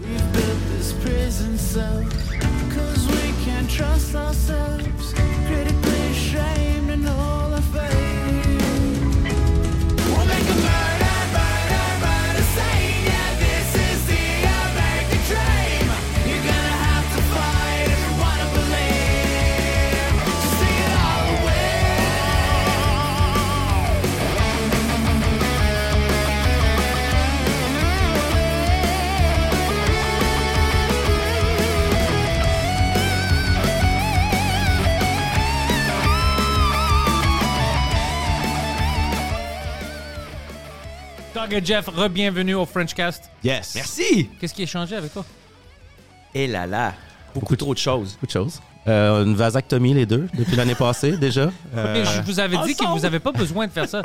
We've built this prison cell Cause we can't trust ourselves Critically ashamed in all our faith We'll make a murder, murder, murder scene Yeah, this is the American dream You're gonna have to fight if you wanna believe Just take it all away Doug et Jeff, re-bienvenue au Frenchcast. Yes. Merci! Qu'est-ce qui a changé avec toi? Et là là, beaucoup trop de choses. Beaucoup de choses. Euh, une vasectomie, les deux, depuis l'année passée, déjà. Euh, Mais je vous avais dit que vous n'avez pas besoin de faire ça.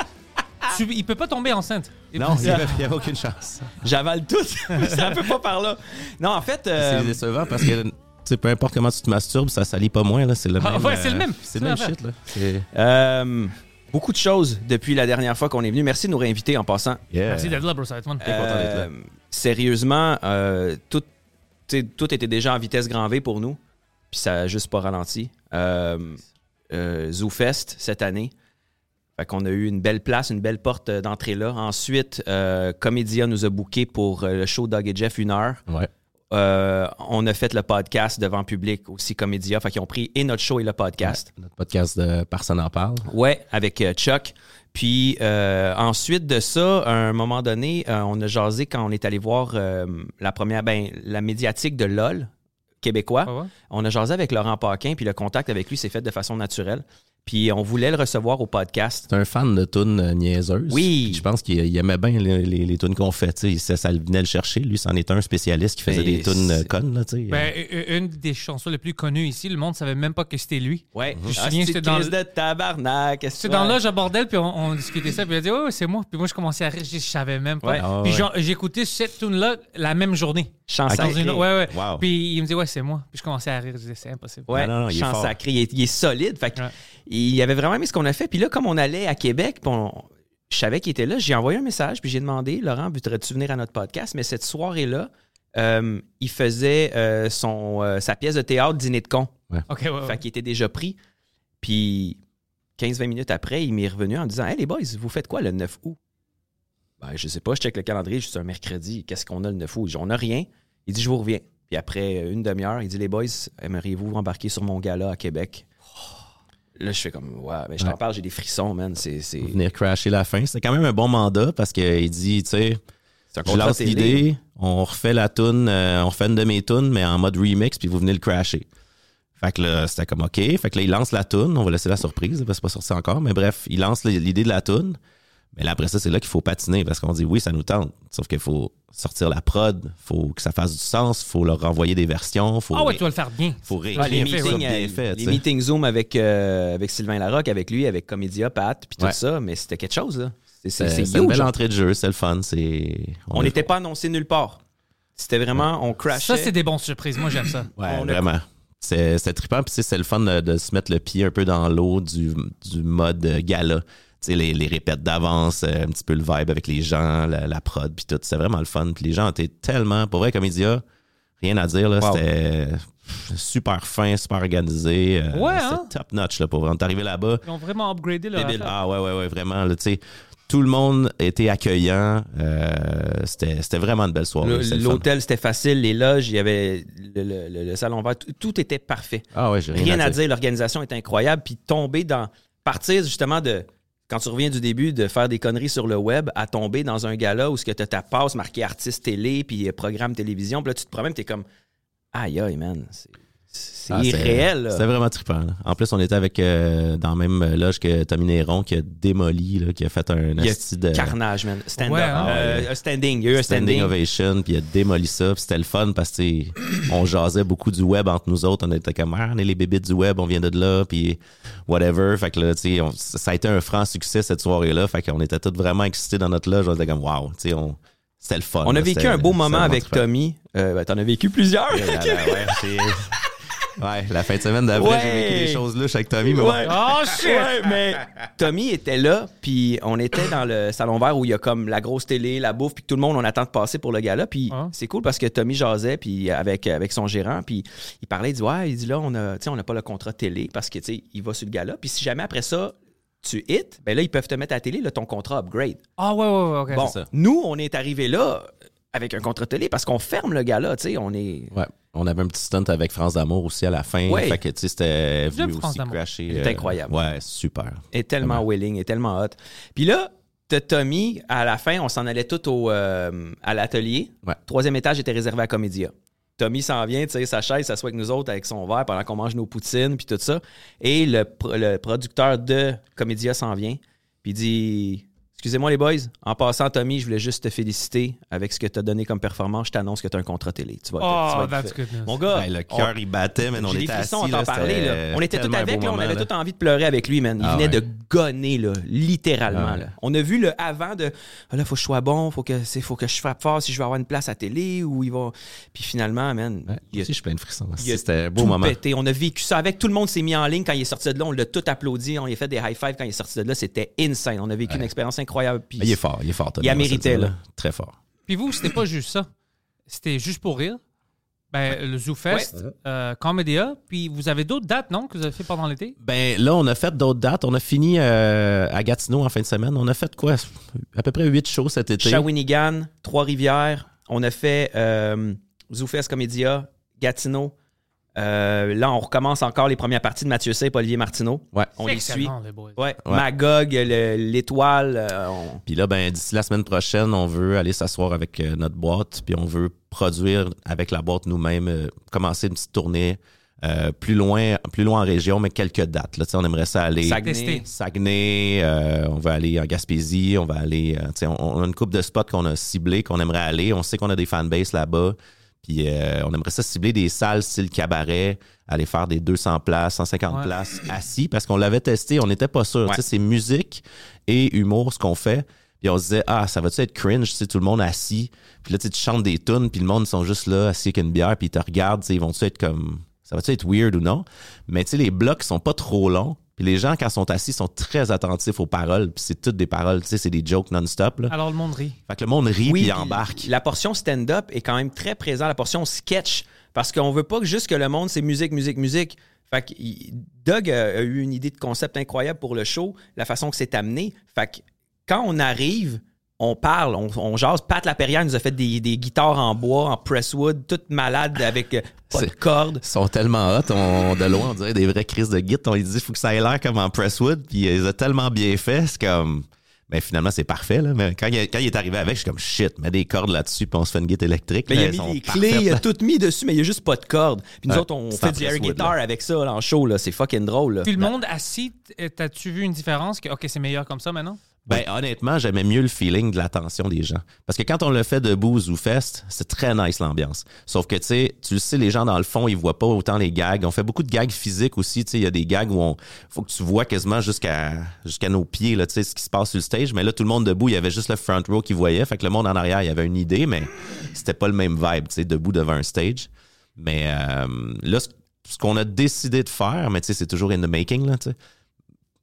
Tu- il peut pas tomber enceinte. Et non, vous- il n'y avait, il y avait aucune chance. J'avale tout, ça peut pas par là. Non, en fait, euh, C'est décevant parce que, tu sais, peu importe comment tu te masturbes, ça salit pas moins, là. C'est le Ah, même. euh, ouais, c'est le même. C'est le même C'est la shit, là. C'est- euh, beaucoup de choses depuis la dernière fois qu'on est venu. Merci de nous réinviter en passant. Yeah. Merci d'être là, Bro Sideman. content d'être là. Euh, sérieusement, euh, tout, tu sais, tout était déjà en vitesse grand V pour nous, puis ça a juste pas ralenti. Euh, euh, ZooFest cette année, fait qu'on a eu une belle place, une belle porte euh, d'entrée là. Ensuite, euh, Comédia nous a booké pour euh, le show Doug et Jeff une heure. Ouais. Euh, on a fait le podcast devant public aussi Comédia, fait qu'ils ont pris et notre show et le podcast. Notre podcast de Personne en parle. Ouais, avec euh, Chuck. Puis euh, ensuite de ça, à un moment donné, euh, on a jasé quand on est allé voir euh, la première, ben, la médiatique de LOL québécois. Ah ouais? On a jasé avec Laurent Paquin, puis le contact avec lui s'est fait de façon naturelle. Puis on voulait le recevoir au podcast. C'est un fan de tunes euh, niaiseuses. Oui. Puis Je pense qu'il il aimait bien les, les, les tunes qu'on fait. tu sais. Ça, ça venait le chercher. Lui, c'en était un spécialiste qui faisait Mais des tunes euh, c'est- connes. Là, tu sais. Ben, u- une des chansons les plus connues ici, le monde savait même pas que c'était lui. Ouais, Je me Ah, souviens, c'est c'était une dans crise le- de tabarnak. C'est dans l'âge à bordel, puis on, on discutait ça, puis il a dit, ouais, ouais, c'est moi. Puis moi, je commençais à rire, je savais même pas. Ouais. Ah, puis ouais. j'en- j'écoutais cette tune-là la même journée. Chance Dans à une... crier. Ouais, ouais. Wow. Puis il me dit, ouais, c'est moi. Puis je commençais à rire, je disais, c'est impossible. Ouais, Non, non, non, il est chance fort. sacrée. Il est, il est solide. Fait que Ouais. Il avait vraiment aimé ce qu'on a fait. Puis là, comme on allait à Québec, puis on- je savais qu'il était là, j'ai envoyé un message, puis j'ai demandé, Laurent, voudrais-tu venir à notre podcast? Mais cette soirée-là, euh, il faisait euh, son, euh, sa pièce de théâtre Dîner de con. Ok, ouais, Ah. ouais. Fait qu'il était déjà pris. Puis 15-20 minutes après, il m'est revenu en disant Hey les boys, vous faites quoi le 9 août Ben, je sais pas, je check le calendrier, juste un mercredi. Qu'est-ce qu'on a le 9 août Je dis, On a rien. Il dit Je vous reviens. Puis après euh, une demi-heure, il dit Les boys, aimeriez-vous embarquer sur mon gala à Québec Là, je fais comme Ouais, mais je t'en Ouais. parle, j'ai des frissons, man. C'est c'est- venir crasher la fin. C'était quand même un bon mandat parce qu'il dit, tu sais, c'est un je contrat lance télé. l'idée, on refait la toune, euh, on refait une de mes tunes, mais en mode remix, puis vous venez le crasher. Fait que là, c'était comme OK. Fait que là, il lance la toune, on va laisser la surprise, parce que c'est pas sorti encore, mais bref, il lance l- l'idée de la toune. Mais là, après ça, c'est là qu'il faut patiner parce qu'on dit oui, ça nous tente. Sauf qu'il faut sortir la prod, faut que ça fasse du sens, faut leur renvoyer des versions, faut, Ah ouais, tu vas le faire bien. faut Ouais, réécrire les, fait, ça, meetings, bien euh, fait, tu les sais. meetings Zoom avec, euh, avec Sylvain Larocque, avec lui, avec Comédia, Pat, puis tout Ouais. ça, mais c'était quelque chose, là. C'est- C'est c'est C'est c'est une huge, belle hein. entrée de jeu, c'est le fun. c'est- On est- n'était pas annoncé nulle part. C'était vraiment, on Ça, crashait. c'est des bonnes surprises. Moi, j'aime ça. Ouais, On a- vraiment. C'est c'est trippant, puis tu sais, c'est le fun de, de se mettre le pied un peu dans l'eau du, du mode euh, gala. Tu sais, les, les répètes d'avance, euh, un petit peu le vibe avec les gens, la, la prod, puis tout. C'est vraiment le fun. Puis les gens étaient tellement, pour vrai, comédia, ah, rien à dire. là Wow. C'était pff, super fin, super organisé. euh, Ouais, C'était hein? top notch, là, pour vrai. On est arrivé là-bas, Ils ont vraiment upgradé leur Débile. affaire. Ah ouais, ouais, ouais, vraiment. là, tu sais, tout le monde était accueillant. euh, C'était c'était vraiment une belle soirée. Le- c'était le fun. L'hôtel, c'était facile. Les loges, il y avait le, le- le- le salon vert. Tout, tout était parfait. Ah ouais, j'ai Rien, à dire. L'organisation est incroyable. Puis tomber dans. Partir justement de. Quand tu reviens du début de faire des conneries sur le web à tomber dans un gala où ce que tu ta passe marquée artiste télé puis euh, programme télévision. Puis là, tu te promènes, t'es comme. Aïe, aïe, man. c'est- C'est Ah, irréel. là. C'était vraiment trippant. là. En plus, on était avec euh, dans la même loge que Tommy Néron qui a démoli, là, qui a fait un Il y a asti de Carnage, man. Stand Ouais, up. hein? Euh, un standing. Il y a eu un standing standing. ovation, puis il a démoli ça. puis C'était le fun parce que tu sais, on jasait beaucoup du web entre nous autres. On était comme Ah, on est les bébés du web, on vient de là, puis whatever. Fait que là, tu sais, on- ça a été un franc succès cette soirée-là. Fait qu'on était tous vraiment excités dans notre loge. On était comme wow, tu sais, on- c'était le fun. On là, a vécu c'était- un beau c'était moment vraiment avec trippant. Tommy. Euh, ben, T'en as vécu plusieurs. Ouais, la- la- ouais, c'est- ouais, la fin de semaine d'après, j'ai vécu Ouais. des choses louches avec Tommy, mais bon. Ouais. Oh shit! Ah. Ouais, mais Tommy était là, puis on était dans le salon vert où il y a comme la grosse télé, la bouffe, puis tout le monde, on attend de passer pour le gala. Puis Ah. c'est cool parce que Tommy jasait puis avec, avec son gérant, puis il parlait, il dit Ouais, il dit là, on a, tu sais, on n'a pas le contrat télé parce que tu sais, il va sur le gala. Puis si jamais après ça, tu hits, ben là, ils peuvent te mettre à la télé, là, ton contrat upgrade. Ah ouais, ouais, ouais, ok. Bon, c'est ça. nous, on est arrivé là avec un contrat télé parce qu'on ferme le gala, tu sais, on est. Ouais. On avait un petit stunt avec France d'amour aussi à la fin. Ouais. Fait que, tu sais, c'était J'aime venu France aussi d'amour. crasher. euh, C'est incroyable. Ouais, super. est tellement willing, est tellement hot. Puis là, t'as Tommy, à la fin, on s'en allait tout au, euh, à l'atelier. Ouais. Troisième étage était réservé à Comédia. Tommy s'en vient, tu sais, sa chaise, s'assoit avec nous autres avec son verre pendant qu'on mange nos poutines, puis tout ça. Et le, pro- le producteur de Comédia s'en vient, puis il dit Excusez-moi, les boys, en passant, Tommy, je voulais juste te féliciter avec ce que t'as donné comme performance. Je t'annonce que t'as un contrat télé. Tu vas, tu vas Oh, être that's fait. good news. Mon gars, Ouais, le on- cœur, il battait, mais on j'ai était des frissons assis. à t'en là, parler. c'était- Là. On était tellement tout un avec, beau là, on moment, avait là. tout envie de pleurer avec lui, man. Il Ah venait ouais. de gonner, là, littéralement. Ah ouais. là. On a vu le avant de Ah là, faut que je sois bon, faut que, c'est- faut que je frappe fort si je veux avoir une place à télé ou il va. Puis finalement, man, Ouais, il a aussi, je suis plein de frissons. il a C'était un beau tout moment. pété. On a vécu ça avec. Tout le monde s'est mis en ligne quand il est sorti de là. On l'a tout applaudi. On lui a fait des high five quand il est sorti de là. C'était insane. On a vécu une expérience incroyable. Puis Mais Il est fort, il est fort. Tommy, Il a on va se mérité, le dire, là. Très fort. Puis vous, c'était pas juste ça. C'était juste pour rire. Ben, le ZooFest, euh, Comédia, puis vous avez d'autres dates, non, que vous avez fait pendant l'été? Ben là, on a fait d'autres dates. On a fini euh, à Gatineau en fin de semaine. On a fait quoi? À peu près huit shows cet été. Shawinigan, Trois-Rivières. On a fait euh, Zoufest Comédia, Gatineau. Euh, là, on recommence encore les premières parties de Mathieu C. et Olivier Martineau. Ouais. On C'est les suit. excellent, les boys. Ouais. Ouais. Magog, le- l'étoile. euh, on- Puis là, ben, d'ici la semaine prochaine, on veut aller s'asseoir avec euh, notre boîte, puis on veut produire avec la boîte nous-mêmes, euh, commencer une petite tournée euh, plus loin plus loin en région, mais quelques dates. Là, Tu sais, on aimerait ça aller Saguenay. Testé. Saguenay, euh, on va aller en Gaspésie, on va aller... euh, tu sais, on, on a une coupe de spots qu'on a ciblés, qu'on aimerait aller. On sait qu'on a des fanbases là-bas. Puis euh, on aimerait ça cibler des salles style cabaret, aller faire des 200 places, 150 Ouais. places assis, parce qu'on l'avait testé, on n'était pas sûr. Ouais. Tu sais, C'est musique et humour, ce qu'on fait. Puis on se disait, ah, ça va-tu être cringe, tu sais, tout le monde assis. Puis là, tu sais, tu chantes des tunes, puis le monde, ils sont juste là, assis avec une bière, puis ils te regardent, tu sais, ils vont-tu être comme, ça va-tu être weird ou non? Mais tu sais, les blocs sont pas trop longs. Puis les gens, quand ils sont assis, sont très attentifs aux paroles. Puis c'est toutes des paroles, tu sais, c'est des jokes non-stop. là. Alors, le monde rit. Fait que le monde rit, puis il puis embarque. La portion stand-up est quand même très présente, la portion sketch, parce qu'on veut pas que juste que le monde, c'est musique, musique, musique. Fait que il- Doug a, a eu une idée de concept incroyable pour le show, la façon que c'est amené. Fait que quand on arrive, on parle, on, on jase. Pat Laperrière nous a fait des, des guitares en bois, en presswood, toutes malades avec euh, pas de C'est- cordes. Ils sont tellement hot, on, de loin, on dirait des vraies crises de git. On lui dit, faut que ça ait l'air comme en Presswood, puis ils ont tellement bien fait, c'est comme. Mais finalement, c'est parfait, là. Mais quand il, quand il est arrivé avec, je suis comme shit, mets des cordes là-dessus, puis on se fait une guitare électrique. Là, là, Ben, il elles a sont mis des parfaites, clés, il a là. tout mis dessus, mais il y a juste pas de cordes. Puis nous Ouais, autres, on c'est fait en du air Presswood, guitar là. avec ça là, en show, là. c'est fucking drôle. là. Puis le monde assis, t- euh, t'as-tu vu une différence? Que, OK, c'est meilleur comme ça maintenant? Ben, honnêtement, j'aimais mieux le feeling de l'attention des gens. Parce que quand on le fait debout ou fest, c'est très nice l'ambiance. Sauf que, tu sais, tu le sais, les gens dans le fond, ils voient pas autant les gags. On fait beaucoup de gags physiques aussi. Tu sais, il y a des gags où on faut que tu vois quasiment jusqu'à jusqu'à nos pieds, là, tu sais, ce qui se passe sur le stage. Mais là, tout le monde debout, il y avait juste le front row qui voyait. Fait que le monde en arrière, il y avait une idée, mais c'était pas le même vibe, tu sais, debout devant un stage. Mais euh, là, ce- ce qu'on a décidé de faire, mais tu sais, c'est toujours in the making, là, tu sais.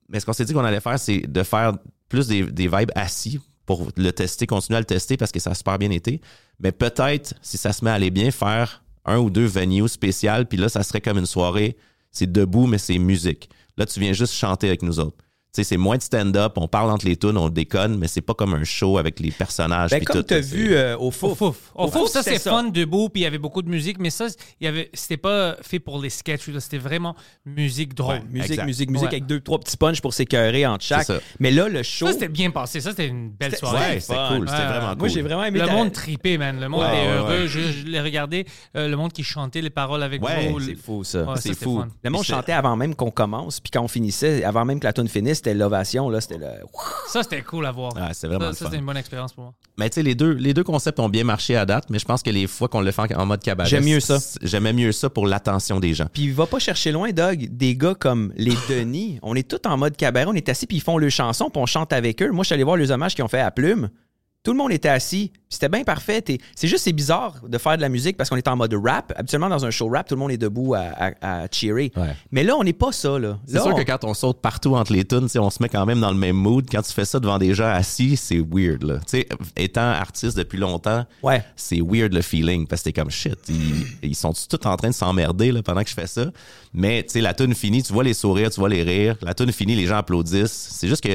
Mais ce qu'on s'est dit qu'on allait faire, c'est de faire plus des, des vibes assis pour le tester, continuer à le tester parce que ça a super bien été. Mais peut-être, si ça se met à aller bien, faire un ou deux venues spéciales, puis là, ça serait comme une soirée, c'est debout, mais c'est musique. Là, tu viens juste chanter avec nous autres. sais, c'est moins de stand-up, on parle entre les tunes, on déconne, mais c'est pas comme un show avec les personnages. Ben, puis comme tout, tu as là, vu c'est- euh, au Au Fouf. fouf. Au Au fouf, Fouf, ça, c'est c'était ça. fun, debout, puis il y avait beaucoup de musique, mais ça, il y avait, c'était pas fait pour les sketchs, là, c'était vraiment musique drôle. Ouais, Musique, Exact. musique, musique, Ouais. avec deux, trois petits punchs pour s'écœurer entre chaque. C'est ça. Mais là, le show. Ça, c'était bien passé. Ça, c'était une belle C'était- soirée. Ouais, c'était fun. cool, c'était Ouais. vraiment cool. moi, j'ai vraiment aimé Le ta- monde tripé, man. Le monde Ouais, était ouais, heureux. ouais. Je, je l'ai regardé. euh, le monde qui chantait les paroles avec Ouais, vous. C'est fou, ça. Ouais, ça, c'est c'était fou. fun. Le monde Puis c'est- chantait avant même qu'on commence, puis quand on finissait, avant même que la tune finisse, c'était l'ovation, là, c'était le... Ça, c'était cool à voir. Ouais, Ah, c'est vraiment ça, le ça, fun. c'était une bonne expérience pour moi. Mais tu sais, les deux, les deux concepts ont bien marché à date, mais je pense que les fois qu'on le fait en, en mode cabaret. J'aime mieux ça. c- J'aimais mieux ça pour l'attention des gens. Puis va pas chercher loin, Doug, des gars comme les Denis, on est tous en mode cabaret, on est assis, puis ils font leurs chansons, puis on chante avec eux. Moi, je suis allé voir les hommages qu'ils ont fait à Plume. Tout le monde était assis, puis c'était bien parfait. Et c'est juste, c'est bizarre de faire de la musique parce qu'on est en mode rap. Habituellement, dans un show rap, tout le monde est debout à, à, à cheerer. Ouais. Mais là, on n'est pas ça, là. C'est Là, sûr on- que quand on saute partout entre les tunes, tu sais, on se met quand même dans le même mood. Quand tu fais ça devant des gens assis, c'est weird. Là. Tu sais, Étant artiste depuis longtemps, Ouais. c'est weird le feeling parce que t'es comme shit. Ils, ils sont tous en train de s'emmerder là, pendant que je fais ça. Mais tu sais, la tune finie, tu vois les sourires, tu vois les rires. La tune finie, les gens applaudissent. C'est juste que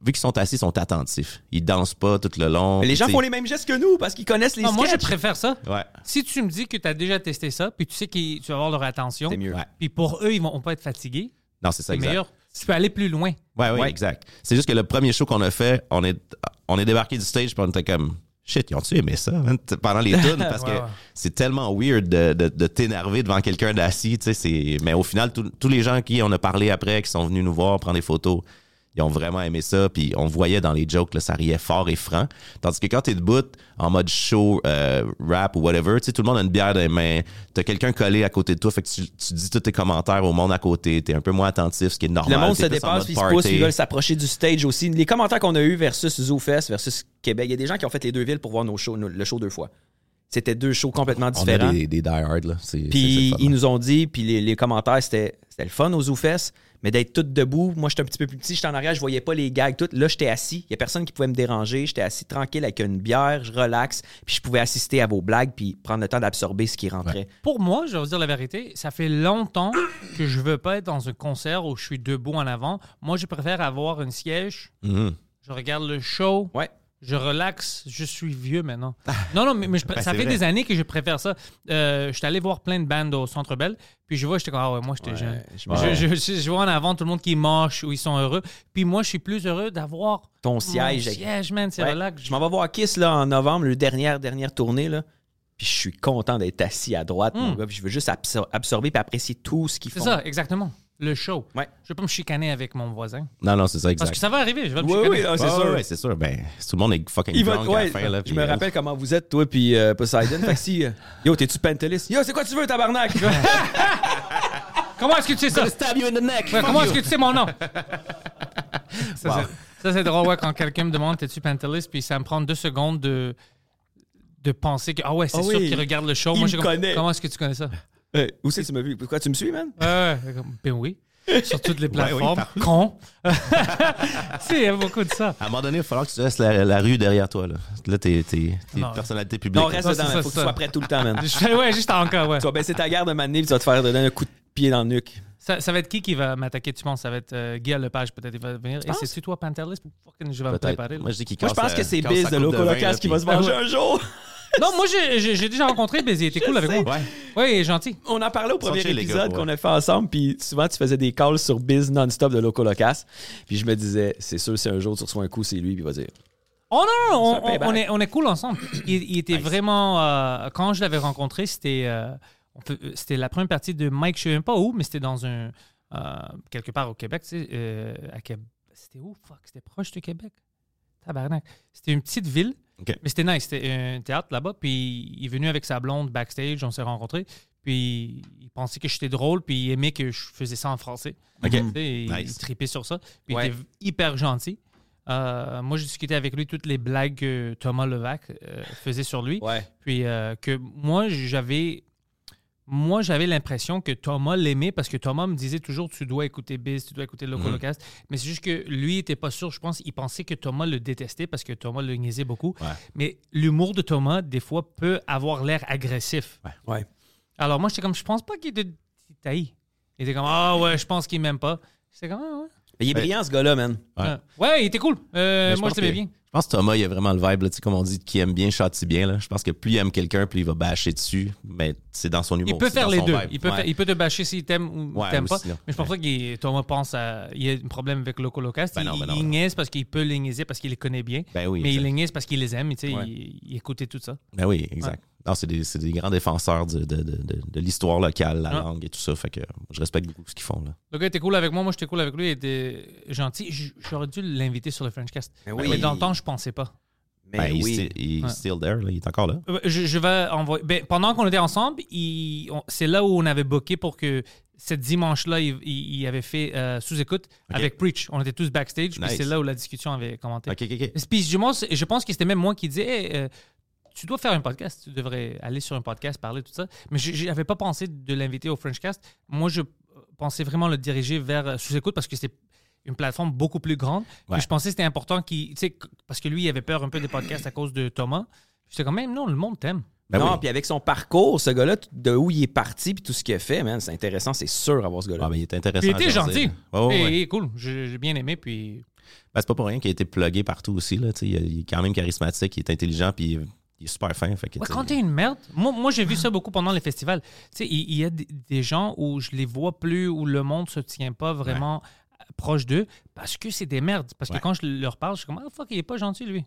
vu qu'ils sont assis, ils sont attentifs. Ils dansent pas tout le long. Mais les gens Tu sais, font les mêmes gestes que nous parce qu'ils connaissent les Non, moi, je sketchs. préfère ça. Ouais. Si tu me dis que tu as déjà testé ça, puis tu sais que tu vas avoir leur attention, C'est mieux. Ouais. puis pour eux, ils vont pas être fatigués, Non, c'est ça c'est exact. meilleur. Tu peux aller plus loin. Ouais, ouais, Ouais. exact. C'est juste que le premier show qu'on a fait, on est, on est débarqué du stage puis on était comme shit, ils ont-tu aimé ça man? T- pendant les tunes parce Ouais, que ouais. c'est tellement weird de, de- de t'énerver devant quelqu'un d'assis, tu sais. c'est- Mais au final, tout- tous les gens à qui on a parlé après, qui sont venus nous voir, prendre des photos, ils ont vraiment aimé ça puis on voyait dans les jokes, là, ça riait fort et franc. Tandis que quand t'es debout en mode show, euh, rap ou whatever, tu sais, tout le monde a une bière dans les mains, t'as quelqu'un collé à côté de toi, fait que tu, tu dis tous tes commentaires au monde à côté, t'es un peu moins attentif, ce qui est normal. Le monde t'es se plus en dépasse, mode puis ils se poussent, party. ils veulent s'approcher du stage aussi. Les commentaires qu'on a eus versus ZooFest, versus Québec, il y a des gens qui ont fait les deux villes pour voir nos shows, nos- le show deux fois. C'était deux shows complètement différents. On a des, des die-hard, là. C'est- c'est- c'est Puis le fun, hein. ils là. nous ont dit, puis les, les commentaires, c'était c'était le fun aux ZooFest, mais d'être tout debout, moi j'étais un petit peu plus petit, j'étais en arrière, je voyais pas les gags, tout. Là, j'étais assis, il y a personne qui pouvait me déranger, j'étais assis tranquille avec une bière, je relaxe, puis je pouvais assister à vos blagues, puis prendre le temps d'absorber ce qui rentrait. Pour moi, je vais vous dire la vérité, ça fait longtemps que je veux pas être dans un concert où je suis debout en avant. Moi, je préfère avoir un siège, Mhm. je regarde le show, Ouais. je relaxe, je suis vieux maintenant. Non, non, mais, mais je pr- Ben, ça c'est fait vrai. des années que je préfère ça. Euh, je suis allé voir plein de bandes au Centre Bell, puis je vois, j'étais comme, ah ouais, moi j'étais jeune. je Je, je- je- je vois en avant tout le monde qui marche ou ils sont heureux. Puis moi, je suis plus heureux d'avoir Ton mon siège, avec- siège, man, c'est Ouais. relax. Je m'en vais voir Kiss là, en novembre, le dernière, dernière tournée. Là. Puis je suis content d'être assis à droite, mon gars. Puis je veux juste absor- absorber et apprécier tout ce qu'ils Hmm. C'est font. ça, exactement. Le show. Ouais. Je vais pas me chicaner avec mon voisin. Non, non, c'est ça, Parce que exact. ça va arriver, je vais me Oui, chicaner. oui, ah, c'est Ouais, sûr. ouais, c'est sûr. Ben, tout le monde est fucking Il va- drunk à ouais, la fin, là. je puis- euh, me rappelle comment vous êtes, toi puis euh, Poseidon. fait que si, euh, yo, t'es-tu panteliste? Yo, c'est quoi tu veux, tabarnak? Comment est-ce que tu sais ça? Stab you in the neck! Ouais, fuck comment you. est-ce que tu sais mon nom? ça, c'est- ça, c'est drôle ouais, quand quelqu'un me demande T'es-tu pantaliste? Puis ça me prend deux secondes de, de penser que Ah ouais, c'est Ah sûr oui, qu'il regarde le show. il Moi, me je suis comme, connaît. Comment est-ce que tu connais ça? Euh, où c'est que tu m'as vu? Pourquoi tu me suis, man? Ouais, ouais, comme, ben oui. Sur toutes les oui, plateformes. partout. Con. tu sais, il y a beaucoup de ça. À un moment donné, il va falloir que tu laisses la, la rue derrière toi, là. Là, t'es t'es- t'es Non. une personnalité publique. Non, reste Non, c'est dedans. ça, faut que c'est tu ça. sois prêt tout le temps, man. Je tu fais- ouais, juste encore, ouais. vas baisser ta garde de maner puis tu vas te faire donner un coup de pied dans le nuque. Ça, ça va être qui qui va m'attaquer, tu penses? Ça va être euh, Guy à Lepage, peut-être. Il va venir. Et penses? c'est-tu toi, Pantaliste? Fucking, Je vais me préparer. Peut-être. là. Moi, je dis qu'il Moi, je casse pense sa- que c'est casse Biz sa de coupe vin, l'Ocolocasse là, qui puis- va se Ah manger ouais. un jour. Non, moi, j'ai- j'ai j'ai déjà rencontré, mais il était cool avec sais. moi. Ouais. Oui, il est gentil. On en parlait au premier chill, les épisode gars, qu'on ouais. a fait ensemble, puis souvent tu faisais des calls sur Biz non-stop de Loco Locas. Puis je me disais, c'est sûr, si un jour tu reçois un coup, c'est lui, puis il va dire. Oh non, non, C'est un on- on, payback. on est, on est cool ensemble. Il, il était vraiment. euh, quand je l'avais rencontré, c'était euh, on peut- c'était la première partie de Mike, je ne sais même pas où, mais c'était dans un. euh, quelque part au Québec, tu sais. euh, à Québec. C'était où, fuck? C'était proche de Québec. Tabarnak. C'était une petite ville, Ok. mais c'était nice. C'était un théâtre là-bas, puis il est venu avec sa blonde backstage, on s'est rencontrés. Puis il pensait que j'étais drôle, puis il aimait que je faisais ça en français. Ok. Tu sais, Il, Nice. il tripait sur ça. Puis il Ouais. était hyper gentil. Euh, moi, j'ai discuté avec lui toutes les blagues que Thomas Levac euh, faisait sur lui. Ouais. Puis euh, que moi, j'avais. Moi, j'avais l'impression que Thomas l'aimait parce que Thomas me disait toujours tu dois écouter Biz, tu dois écouter Loco Mhm. Locast. Mais c'est juste que lui était pas sûr, je pense. Il pensait que Thomas le détestait parce que Thomas le niaisait beaucoup. Ouais. Mais l'humour de Thomas, des fois, peut avoir l'air agressif. Ouais. Ouais. Alors moi, j'étais comme je pense pas qu'il était il t'haït. Il était comme ah ouais, je pense qu'il m'aime pas. J'étais comme ah ouais. Mais Il Ben- est brillant, ce gars-là, man. Ouais. Ouais, il était cool. Euh, Mais je moi, pense je l'aimais que- bien. Je pense que Thomas, il a vraiment le vibe, là, tu sais, comme on dit, qui aime bien, châtie bien. Là. Je pense que plus il aime quelqu'un, plus il va bâcher dessus. Mais c'est dans son humour. Il peut c'est faire dans les son deux. vibe. Il peut, Ouais. faire- il peut te bâcher s'il t'aime ou Ouais, t'aime ou pas. sinon. Mais je pense pas que Thomas pense à. Il y a un problème avec Loco Locast. Ben non, il ben non, il ben non. niaise parce qu'il peut les niaiser parce qu'il les connaît bien. Ben oui, mais il exact. les niaise parce qu'il les aime. et tu sais, Ouais. il, il écoutait tout ça. Ben oui, exact. Non, c'est des, c'est des grands défenseurs de, de- de- de- de l'histoire locale, la Ouais. langue et tout ça. Fait que je respecte beaucoup ce qu'ils font. Là. Le gars était cool avec moi. Moi, j'étais cool avec lui. Il était gentil. J- J'aurais dû l'inviter sur le Frenchcast. Mais oui. Mais dans le temps, je pensais pas. Mais Ben, il oui. sti- il Ouais. still there, là, il est encore là. Euh, Je, je vais envoyer. ben, pendant qu'on était ensemble, il- on- c'est là où on avait booké pour que ce dimanche-là, il, il- il avait fait euh, sous-écoute Ok. avec Preach. On était tous backstage. puis Nice. c'est là où la discussion avait commenté. Ok, ok, ok. Puis je pense, je pense que c'était même moi qui disais Hey, euh, Tu dois faire un podcast, tu devrais aller sur un podcast, parler, tout ça. Mais je n'avais pas pensé de l'inviter au Frenchcast. Moi, je euh, pensais vraiment le diriger vers euh, Sous-Écoute parce que c'est une plateforme beaucoup plus grande. Puis Ouais. je pensais que c'était important qu'il. tu sais, que- Parce que lui, il avait peur un peu des podcasts à cause de Thomas. J'étais quand même, non, le monde t'aime. Ben non, oui. puis avec son parcours, ce gars-là, t- de où il est parti, puis tout ce qu'il a fait, man, c'est intéressant, c'est sûr à voir ce gars-là. Ah, ben, il est intéressant. Puis il était à jaser. gentil. Ouais, ouais, Et- Oh, ouais. et cool. J'ai j'ai bien aimé. Puis Ben, c'est pas pour rien qu'il a été plugué partout aussi. Là, tu sais, il, il est quand même charismatique, il est intelligent, puis il, il est super fin. Fait que, Ouais, tu sais, quand t'es une merde, moi, moi j'ai vu ça beaucoup pendant les festivals. Tu sais, il il y, a des- des gens où je les vois plus, où le monde se tient pas vraiment proche d'eux, parce que c'est des merdes. Parce Ouais. que quand je leur parle, je suis comme, ah fuck, il est pas gentil lui.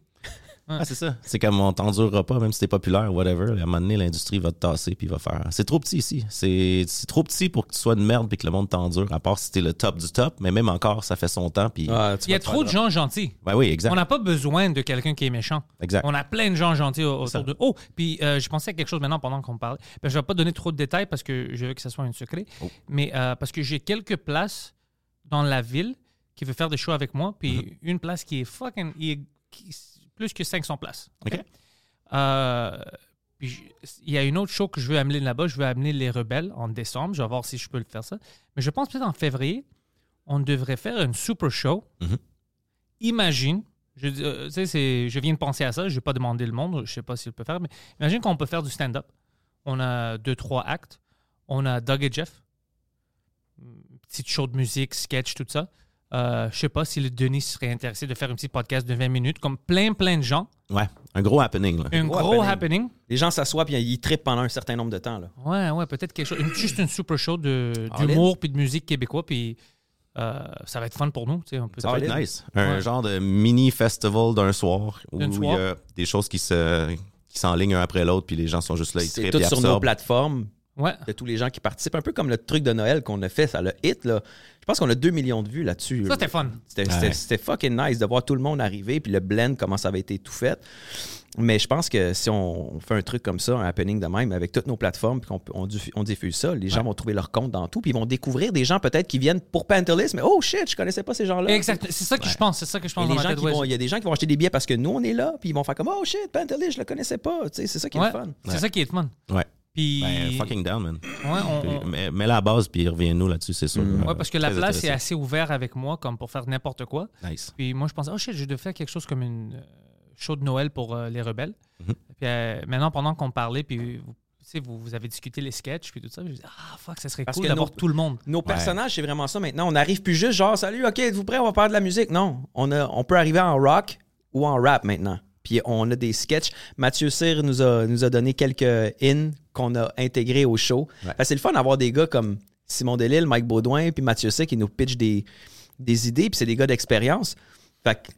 Ah, c'est ça. C'est comme on t'endurera pas, même si t'es populaire, whatever. À un moment donné, l'industrie va te tasser puis va faire. C'est trop petit ici. C'est c'est trop petit pour que tu sois une merde puis que le monde t'endure, à part si t'es le top du top. Mais même encore, ça fait son temps. Puis... Ah, tu Il y a vas te trop de faire- gens gentils. Ben oui, exact. On n'a pas besoin de quelqu'un qui est méchant. Exact. On a plein de gens gentils au- Ça. autour de. Oh, puis euh, je pensais à quelque chose maintenant pendant qu'on parlait. Ben, je vais pas donner trop de détails parce que je veux que ça soit un secret. Oh. Mais euh, parce que j'ai quelques places dans la ville qui veut faire des shows avec moi, puis Mm-hmm. une place qui est fucking. il est- qui- plus que 500 places. OK. Euh, puis je- il y a une autre show que je veux amener là-bas. Je veux amener Les Rebelles en décembre. Je vais voir si je peux le faire ça. Mais je pense peut-être en février, on devrait faire une super show. Mhm. Imagine, je, dis, euh, tu sais, c'est- je viens de penser à ça. Je vais pas demandé le monde. Je sais pas s'il peut faire. Mais imagine qu'on peut faire du stand-up. On a deux, trois actes. On a Doug et Jeff. Petite show de musique, sketch, tout ça. Euh, je sais pas si le Denis serait intéressé de faire un petit podcast de 20 minutes, comme plein, plein de gens. Ouais, un gros happening. Là. Un gros gros happening. happening. Les gens s'assoient, puis ils trippent pendant un certain nombre de temps. Là. Ouais, ouais, peut-être quelque chose. une- Juste une super show de- All d'humour puis de musique québécois, puis euh, ça va être fun pour nous. tu sais, On peut Ça va être Solide. nice. Un Ouais. genre de mini festival d'un soir où D'un il y soir. a des choses qui se qui s'enlignent un après l'autre puis les gens sont juste là Ben, ils C'est trippent, tout ils sur nos absorbent. plateformes Ouais. de tous les gens qui participent. Un peu comme le truc de Noël qu'on a fait, ça le hit. Là. Je pense qu'on a 2 millions de vues là-dessus. Ça, c'était fun. C'était- C'était Ouais. c'était fucking nice de voir tout le monde arriver, puis le blend, comment ça avait été tout fait. Mais je pense que si on, on fait un truc comme ça, un happening de même, avec toutes nos plateformes, puis qu'on peut- on, diffu- on diffuse ça, les gens vont trouver leur compte dans tout, puis ils vont découvrir des gens peut-être qui viennent pour Pantelis, mais oh shit, je connaissais pas ces gens-là. Exact. C'est ça que je pense. C'est ça que je Et pense les dans ma gens tête. qui ouais. vont- Il y a des gens qui vont acheter des billets parce que nous, on est là, puis ils vont faire comme oh shit, Pantelis, je le connaissais pas. Tu sais, C'est ça qui est Ouais. le fun. C'est ça qui est fun. Ouais. Puis. Ben, fucking down, man. Ouais, on- on- Mais, mets la base puis reviens-nous là-dessus, c'est sûr. Mm. Euh, ouais, parce que la très place est intéressant. assez ouverte avec moi, comme pour faire n'importe quoi. Nice. Puis moi, je pensais, oh shit, je devais faire quelque chose comme une euh, show de Noël pour euh, les rebelles. Mm-hmm. Puis euh, maintenant, pendant qu'on parlait, puis vous, tu sais, vous, vous avez discuté les sketchs, puis tout ça, je me disais, ah fuck, ça serait Parce cool que d'avoir nos- tout le monde. Nos personnages, c'est vraiment ça maintenant. On n'arrive plus juste genre, salut, OK, êtes-vous prêts? On va faire de la musique. Non, on, a, on peut arriver en rock ou en rap maintenant. Puis on a des sketchs. Mathieu Cyr nous a, nous a donné quelques in qu'on a intégrés au show. Fait que C'est le fun d'avoir des gars comme Simon Delille, Mike Baudouin, puis Mathieu Cyr qui nous pitchent des, des idées, puis c'est des gars d'expérience. Fait que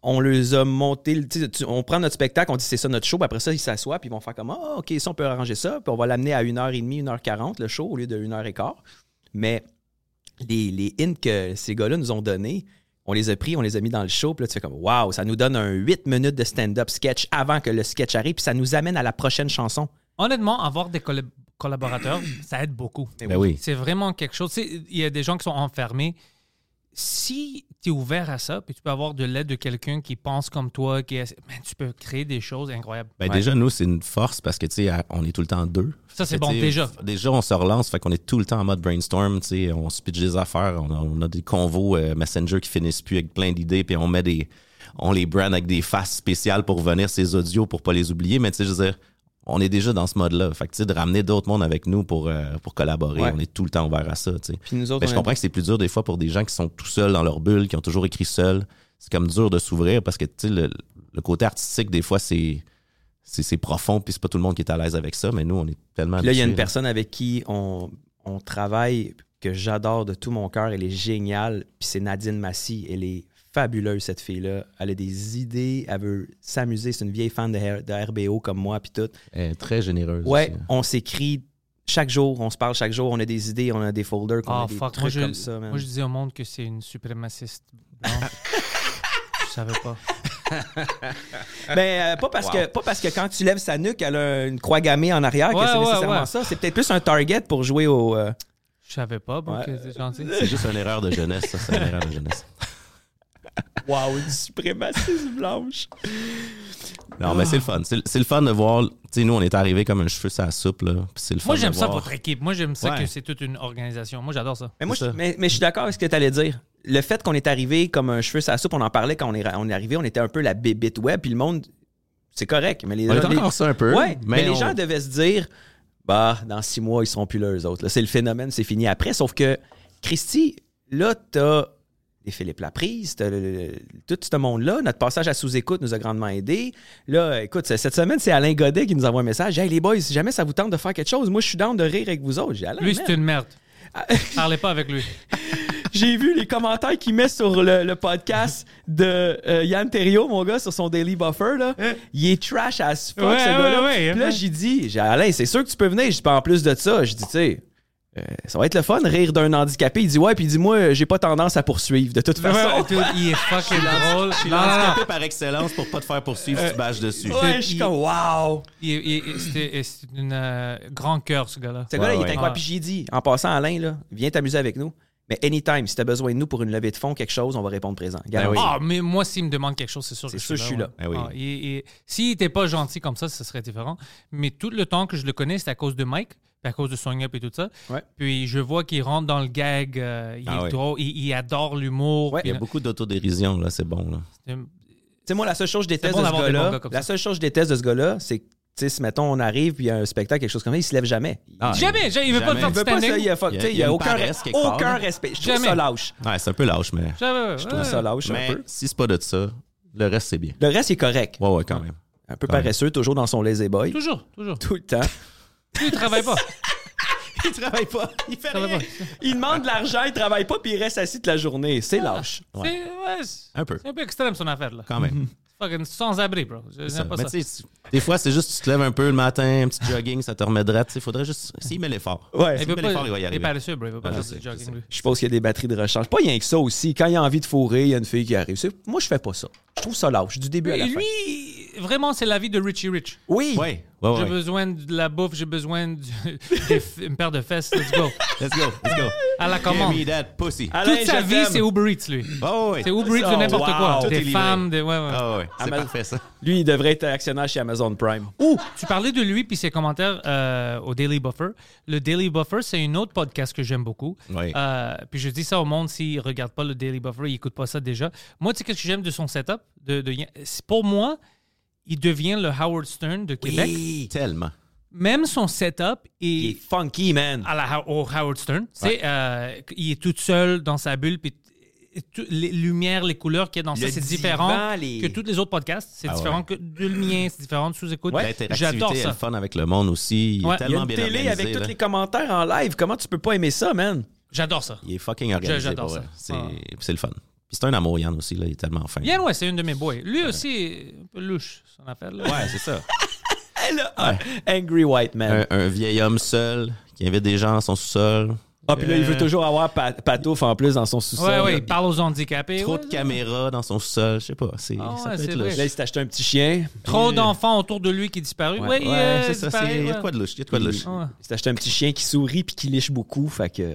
on les a monté, le- tu sais, tu- on prend notre spectacle, on dit c'est ça notre show, puis après ça, ils s'assoient, puis ils vont faire comme, ah, ok, ça, on peut arranger ça, puis on va l'amener à 1h30, 1h40, le show, au lieu de 1h15. Mais les, les hints que ces gars-là nous ont donnés, on les a pris, on les a mis dans le show, puis là, tu fais comme, waouh, ça nous donne un 8 minutes de stand-up sketch avant que le sketch arrive, puis ça nous amène à la prochaine chanson. Honnêtement, avoir des collab- collaborateurs, ça aide beaucoup. Ben oui. C'est vraiment quelque chose. Tu sais, Il y a des gens qui sont enfermés. Si tu es ouvert à ça, puis tu peux avoir de l'aide de quelqu'un qui pense comme toi, qui est- man, tu peux créer des choses incroyables. Ben Ouais. déjà, nous, c'est une force parce que, tu sais, à- on est tout le temps deux. Ça, c'est Fait que, bon, tu sais, déjà. f- Déjà, on se relance, fait qu'on est tout le temps en mode brainstorm, tu sais, on se pitch des affaires, on a, on a des convos euh, Messenger qui finissent plus avec plein d'idées, puis on met des... On les brand avec des faces spéciales pour venir ces audios pour pas les oublier, mais tu sais, je veux dire, on est déjà dans ce mode-là. Fait que, tu sais, de ramener d'autres mondes avec nous pour, euh, pour collaborer, Ouais. on est tout le temps ouvert à ça, tu sais. Puis nous autres, Mais je on a- comprends que c'est plus dur des fois pour des gens qui sont tout seuls dans leur bulle, qui ont toujours écrit seuls. C'est comme dur de s'ouvrir parce que tu sais, le, le côté artistique, des fois, c'est c'est c'est profond, puis c'est pas tout le monde qui est à l'aise avec ça, mais nous, on est tellement. Puis là, il y a une habitués, là. personne avec qui on, on travaille, que j'adore de tout mon cœur. Elle est géniale. Puis c'est Nadine Massy. Elle est fabuleuse, cette fille-là. Elle a des idées. Elle veut s'amuser. C'est une vieille fan de, R- de RBO comme moi, puis tout. Elle est très généreuse. Ouais, aussi. hein. on s'écrit chaque jour. On se parle chaque jour. On a des idées. On a des folders. qu'on Ah, a des fuck. trucs Moi je, comme ça, man. moi, je disais au monde que c'est une suprémaciste blanche. je savais pas. Ben, euh, pas, parce que, pas parce que quand tu lèves sa nuque, elle a une croix gammée en arrière que Ouais, c'est ouais, nécessairement ouais. ça. C'est peut-être plus un target pour jouer au. euh, Je savais pas, bon, Ouais. que c'est gentil. C'est juste une erreur de jeunesse, ça. C'est une erreur de jeunesse. Wow, une suprémaciste blanche. Non, mais c'est le fun. C'est le- c'est le fun de voir. Tu sais, nous, on est arrivés comme un cheveu sur la soupe, là. Puis c'est le fun Moi, de j'aime ça, voir. votre équipe. Moi, j'aime ça Ouais. que c'est toute une organisation. Moi, j'adore ça. Mais moi, C'est je, ça. mais, mais je suis d'accord avec ce que tu allais dire. Le fait qu'on est arrivé comme un cheveu sur la soupe, on en parlait quand on est, on est arrivé, on était un peu la bébite web, puis le monde, c'est correct. Mais les, On est les- encore ça un peu. Ouais, mais, les on- gens devaient se dire, bah, dans six mois, ils seront plus là, eux autres. Là, c'est le phénomène, c'est fini après. Sauf que, Christy, là, t'as les Philippe Laprise, t'as le- le- tout ce monde-là. Notre passage à sous-écoute nous a grandement aidés. Là, écoute, c'est- cette semaine, c'est Alain Godet qui nous envoie un message. Hey, les boys, si jamais ça vous tente de faire quelque chose, moi, je suis down de rire avec vous autres. J'ai dit, Alain, Lui, man. Ah. c'est une merde. Parlez pas avec lui. J'ai vu les commentaires qu'il met sur le, le podcast de euh, Yann Terrio, mon gars, sur son Daily Buffer. Là. Il est trash as fuck, Hein? Ouais, ce ouais, gars-là. ouais, Puis là, ouais. j'ai dit, j'ai dit, Alain, c'est sûr que tu peux venir. Je dis, Puis en plus de ça, je dis, tu sais, euh, ça va être le fun, rire d'un handicapé. Il dit, ouais, puis il dit, moi, j'ai pas tendance à poursuivre, de toute façon. Tout- Il est fucking drôle. Je suis Non, non, non. handicapé par excellence pour pas te faire poursuivre si tu bâches dessus. Ouais, je suis comme, wow! Il- il- il- C'est c'est une euh, grand cœur, ce gars-là. Ce gars-là, il ouais. est incroyable. Puis j'ai dit, en passant, Alain, là, viens t'amuser avec nous. Mais anytime, si t'as besoin de nous pour une levée de fonds, quelque chose, on va répondre présent. Garanti. Ben oui. Ah, mais moi, s'il me demande quelque chose, c'est sûr C'est que sûr, je suis je là. suis ouais. là. Ah oui. Ah, il- il- S'il n'était pas gentil comme ça, ce serait différent. Mais tout le temps que je le connais, c'est à cause de Mike, puis à cause de Sonia, et tout ça. Ouais. Puis je vois qu'il rentre dans le gag, euh, il, Ah est oui. drôle, il, il adore l'humour. Ouais. puis Il y a là- beaucoup d'autodérision, là. C'est bon, là. Tu sais, moi, la seule chose que je déteste bon de ce d'avoir des bons gars-là, gars comme la ça. seule chose que je déteste de ce gars-là, c'est que, tu sais, si mettons, on arrive, puis il y a un spectacle, quelque chose comme ça, il se lève jamais. Ah, Jamais, jamais, il veut pas Jamais. faire Il de veut pas standing. ça, il y a, fuck, Il y a- tu sais, il il y a y a une aucun, paresse quelque part, aucun là. respect. Je trouve Jamais. ça lâche. Ouais, c'est un peu lâche, mais. Jamais, Je trouve ouais. ça lâche Mais un peu. si c'est pas de ça, le reste, c'est bien. Le reste est correct. Ouais, ouais, quand même. Un peu quand même. paresseux, toujours dans son lazy boy. Toujours, toujours. Tout le temps. Lui, il travaille pas. il travaille pas. Il fait Travaille rien. pas. Il demande de l'argent, il travaille pas, puis il reste assis toute la journée. C'est lâche. Ah. C'est Ouais. ouais, c'est- Un peu. c'est un peu extrême, son affaire, là. Quand même. Fucking sans-abri, bro. Je- Ça. J'aime pas Mais ça. tu sais, tu- des fois, c'est juste tu te lèves un peu le matin, un petit jogging, ça te remettra. Il faudrait juste. S'il met l'effort. Ouais. Il veut mais pas, l'effort, il va y il est arriver. paresseux, bro. Il veut pas Ouais, faire je du sais, je sais. jogging, lui. Je suppose qu'il y a des batteries de recharge. Pas rien que ça aussi. Quand il a envie de fourrer, il y a une fille qui arrive. C'est- Moi, je fais pas ça. Je trouve ça lâche, du début à la Et fin. lui, vraiment, c'est la vie de Richie Rich. Oui. Ouais, ouais, ouais. J'ai besoin de la bouffe, j'ai besoin d'une paire de fesses. Let's go. Let's go, let's go. À la Give commande. me that pussy. Alain, Toute sa je vie, t'aime. c'est Uber Eats, lui. Oh, ouais. C'est Uber Eats de Oh, n'importe wow. quoi. Tout est Des livré. femmes, des. Ouais, ouais. Ah ouais, c'est Amazon- parfait ça. Lui, il devrait être actionnaire chez Amazon Prime. Ouh, tu parlais de lui puis ses commentaires euh, au Daily Buffer. Le Daily Buffer, c'est un autre podcast que j'aime beaucoup. Oui. Euh, puis je dis ça au monde, s'ils ne regardent pas le Daily Buffer, ils n'écoutent pas ça déjà. Moi, tu sais, qu'est-ce que j'aime de son setup? De, de- c'est- pour moi, il devient le Howard Stern de Québec. Tellement. Même son setup est, Il est funky, man. à la, How- au Howard Stern. Tu sais, euh, il est tout seul dans sa bulle, puis t- tout- les lumières, les couleurs qu'il y a dans Le ça, c'est divan, différent les- que tous les autres podcasts. C'est Ah ouais. différent que de le mien, c'est différent de sous-écoute. J'adore L'interactivité, est ça. le fun avec le monde aussi. Il Ouais. est Il y a tellement une bien télé organisé, avec là. tous les commentaires en live. Comment tu peux pas aimer ça, man? J'adore ça. Il est fucking organisé. J'adore pour ça. vrai. C'est Ah. c'est le fun. Puis c'est un amour, Yann aussi. Là. Il est tellement fin. Yann, ouais, c'est une de mes boys. Lui aussi, un peu louche, son affaire. Là. Ouais, c'est ça. Eh là, Angry White Man. un, un vieil homme seul qui invite des gens à son sous-sol. Ah, puis là, il veut toujours avoir Pat- Patouf en plus dans son Ouais, sous-sol. ouais, là. il parle aux handicapés. Trop ouais, de ouais. caméras dans son sous-sol. Je sais pas. C'est Ah ça ouais, peut c'est être vrai. louche. Là, il s'est acheté un petit chien. Trop d'enfants autour de lui qui disparus. Ouais, il, euh, Ouais, c'est ça. disparu, c'est- Il y a ouais. de quoi de louche. Il y a de quoi de louche. Ouais. Il s'est acheté un petit chien qui sourit puis qui liche beaucoup. Fait que.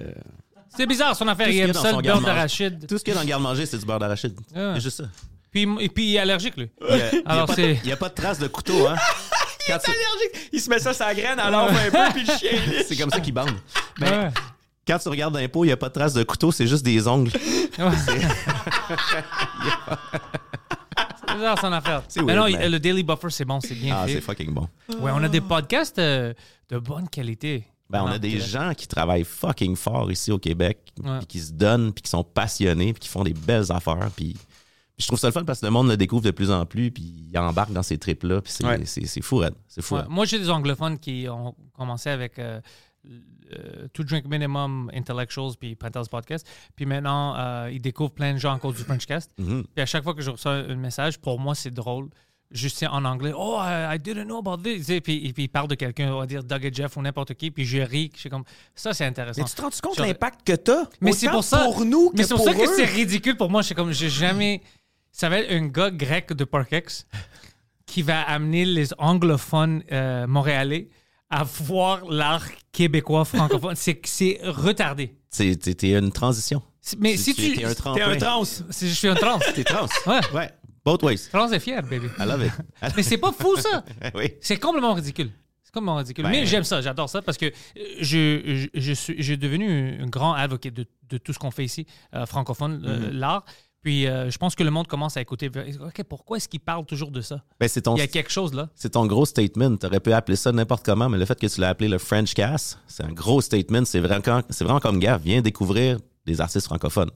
C'est bizarre son affaire. Tout ce Il qu'il y a aime dans ça, son le beurre garde-manger. d'arachide. Tout ce qu'il y a dans le garde-manger, c'est du beurre d'arachide. Ouais. C'est juste ça. Puis, et puis il est allergique, lui. Il y a- il y a, Alors, pas de- c'est- il y a pas de trace de couteau, hein? Quand tu- allergique. Il se met ça sa graine à l'enfant un peu puis le chien liche. c'est comme ça qu'il bande. Ouais. Quand tu regardes dans les pots, il n'y a pas de trace de couteau, c'est juste des ongles. Ouais. C'est bizarre, son affaire. C'est Mais non, weird, mais- le Daily Buffer, c'est bon, c'est bien Ah, fait. c'est fucking bon. Ouais, on a des podcasts euh, de bonne qualité. Ben, on Ah, a des ok. gens qui travaillent fucking fort ici au Québec, Ouais. puis qui se donnent, puis qui sont passionnés, puis qui font des belles affaires. Puis puis je trouve ça le fun parce que le monde le découvre de plus en plus, puis il embarque dans ces trips-là, puis c'est Ouais. c'est- c'est fou, raide. C'est fou, Ouais, raide. Moi, j'ai des anglophones qui ont commencé avec euh, euh, To Drink Minimum, Intellectuals, puis Panthers Podcast. Puis maintenant, euh, ils découvrent plein de gens à cause du Frenchcast. Mm-hmm. Mhm. Puis à chaque fois que je reçois un un message, pour moi, c'est drôle. Juste en anglais, oh, I, I didn't know about this. Et puis, et puis il parle de quelqu'un, on va dire Doug et Jeff ou n'importe qui, puis je ris. Je suis comme, ça, c'est intéressant. Mais tu te rends compte J'aurais- l'impact que t'as? Mais Autant c'est pour ça. Pour nous que mais c'est pour ça pour que eux? c'est ridicule pour moi. Je suis comme, j'ai jamais. Ça va être un gars grec de Parkex qui va amener les anglophones euh, montréalais à voir l'art québécois francophone. c'est c'est retardé. C'est- T'es t'es une transition. C'est- Mais si tu. T'es un tremplin. T'es un trans. si je suis un trans. T'es trans. Ouais. Ouais. Both ways. Trans est fier, baby. I love it. I Mais c'est pas fou, ça. love- oui. C'est complètement ridicule. C'est complètement ridicule. Ben- Mais j'aime ça, j'adore ça parce que euh, je, je, je suis j'ai devenu un grand avocat de, de tout ce qu'on fait ici, euh, francophone, euh, l'art. Puis euh, je pense que le monde commence à écouter. OK, pourquoi est-ce qu'ils parlent toujours de ça? Ben, c'est ton, Il y a quelque chose là. c'est ton gros statement. T'aurais pu appeler ça n'importe comment, mais le fait que tu l'as appelé le French Cast, c'est un gros statement. C'est vraiment, c'est vraiment comme gars, viens découvrir des artistes francophones.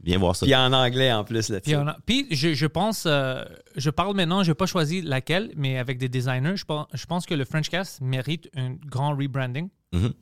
Viens voir ça. Puis en anglais en plus là Puis, on a- puis je, je pense, euh, je parle maintenant, je n'ai pas choisi laquelle, mais avec des designers, je pense, je pense que le Frenchcast mérite un grand rebranding. Mhm.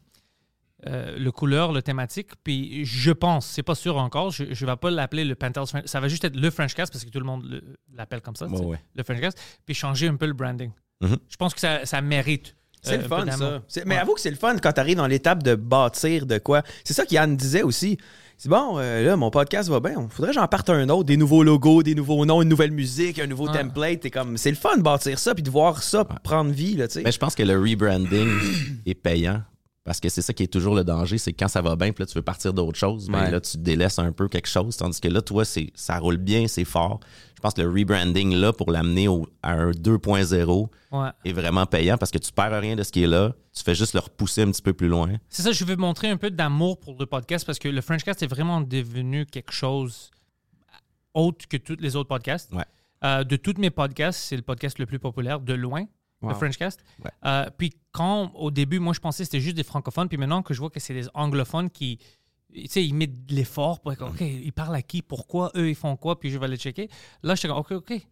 Euh, le couleur, le thématique, puis je pense, c'est pas sûr encore, je ne vais pas l'appeler le Panthers French- ça va juste être le Frenchcast parce que tout le monde le- l'appelle comme ça, tu sais, Ouais, ouais. le Frenchcast, puis changer un peu le branding. Mhm. Je pense que ça, ça mérite. C'est euh, le un fun, peu d'amour. ça. C'est- Mais Ouais. avoue que c'est le fun quand t'arrives dans l'étape de bâtir de quoi. C'est ça qu'Yann disait aussi. C'est bon, euh, là, mon podcast va bien. Faudrait que j'en parte un autre. Des nouveaux logos, des nouveaux noms, une nouvelle musique, un nouveau Ouais. template. T'es comme, c'est le fun de bâtir ça puis de voir ça prendre vie, là, tu sais. Mais je pense que le rebranding est payant parce que c'est ça qui est toujours le danger, c'est que quand ça va bien, puis là, tu veux partir d'autre chose, ben Ouais. là, tu délaisses un peu quelque chose. Tandis que là, toi, c'est, ça roule bien, c'est fort. Je pense que le rebranding, là, pour l'amener au- à un 2.0 Ouais. est vraiment payant parce que tu perds rien de ce qui est là. Tu fais juste le repousser un petit peu plus loin. C'est ça, je veux montrer un peu d'amour pour le podcast parce que le Frenchcast est vraiment devenu quelque chose autre que tous les autres podcasts. Ouais. Euh, de tous mes podcasts, c'est le podcast le plus populaire de loin, Wow. le Frenchcast. Ouais. Euh, puis quand, au début, moi, je pensais que c'était juste des francophones, puis maintenant que je vois que c'est des anglophones qui, tu sais, ils mettent de l'effort pour être Mm. comme, OK, ils parlent à qui, pourquoi, eux, ils font quoi, puis je vais aller checker. Là, je suis comme, OK, OK.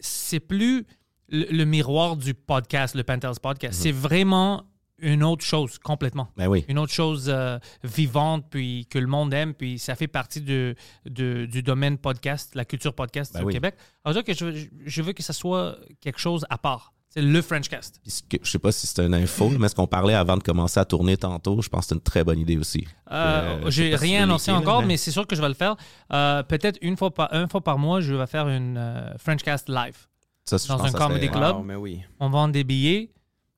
C'est plus le, le miroir du podcast, le Panthers Mm-hmm. podcast. C'est vraiment une autre chose, complètement Ben oui. une autre chose euh, vivante, puis que le monde aime, puis ça fait partie de, de- du domaine podcast, la culture podcast Ben au oui. Québec. Alors que je, je veux que ça soit quelque chose à part. C'est le Frenchcast. Puis ce que- je sais pas si c'est une info, mais ce qu'on parlait avant de commencer à tourner tantôt, je pense que c'est une très bonne idée aussi. Euh, Euh, je sais J'ai pas si tu rien veux annoncé linker, là, encore, mais- mais c'est sûr que je vais le faire. Euh, Peut-être une fois par une fois par mois, je vais faire une euh, Frenchcast live. Ça, je Dans pense un que ça comedy serait- club. mais oui. On vend des billets.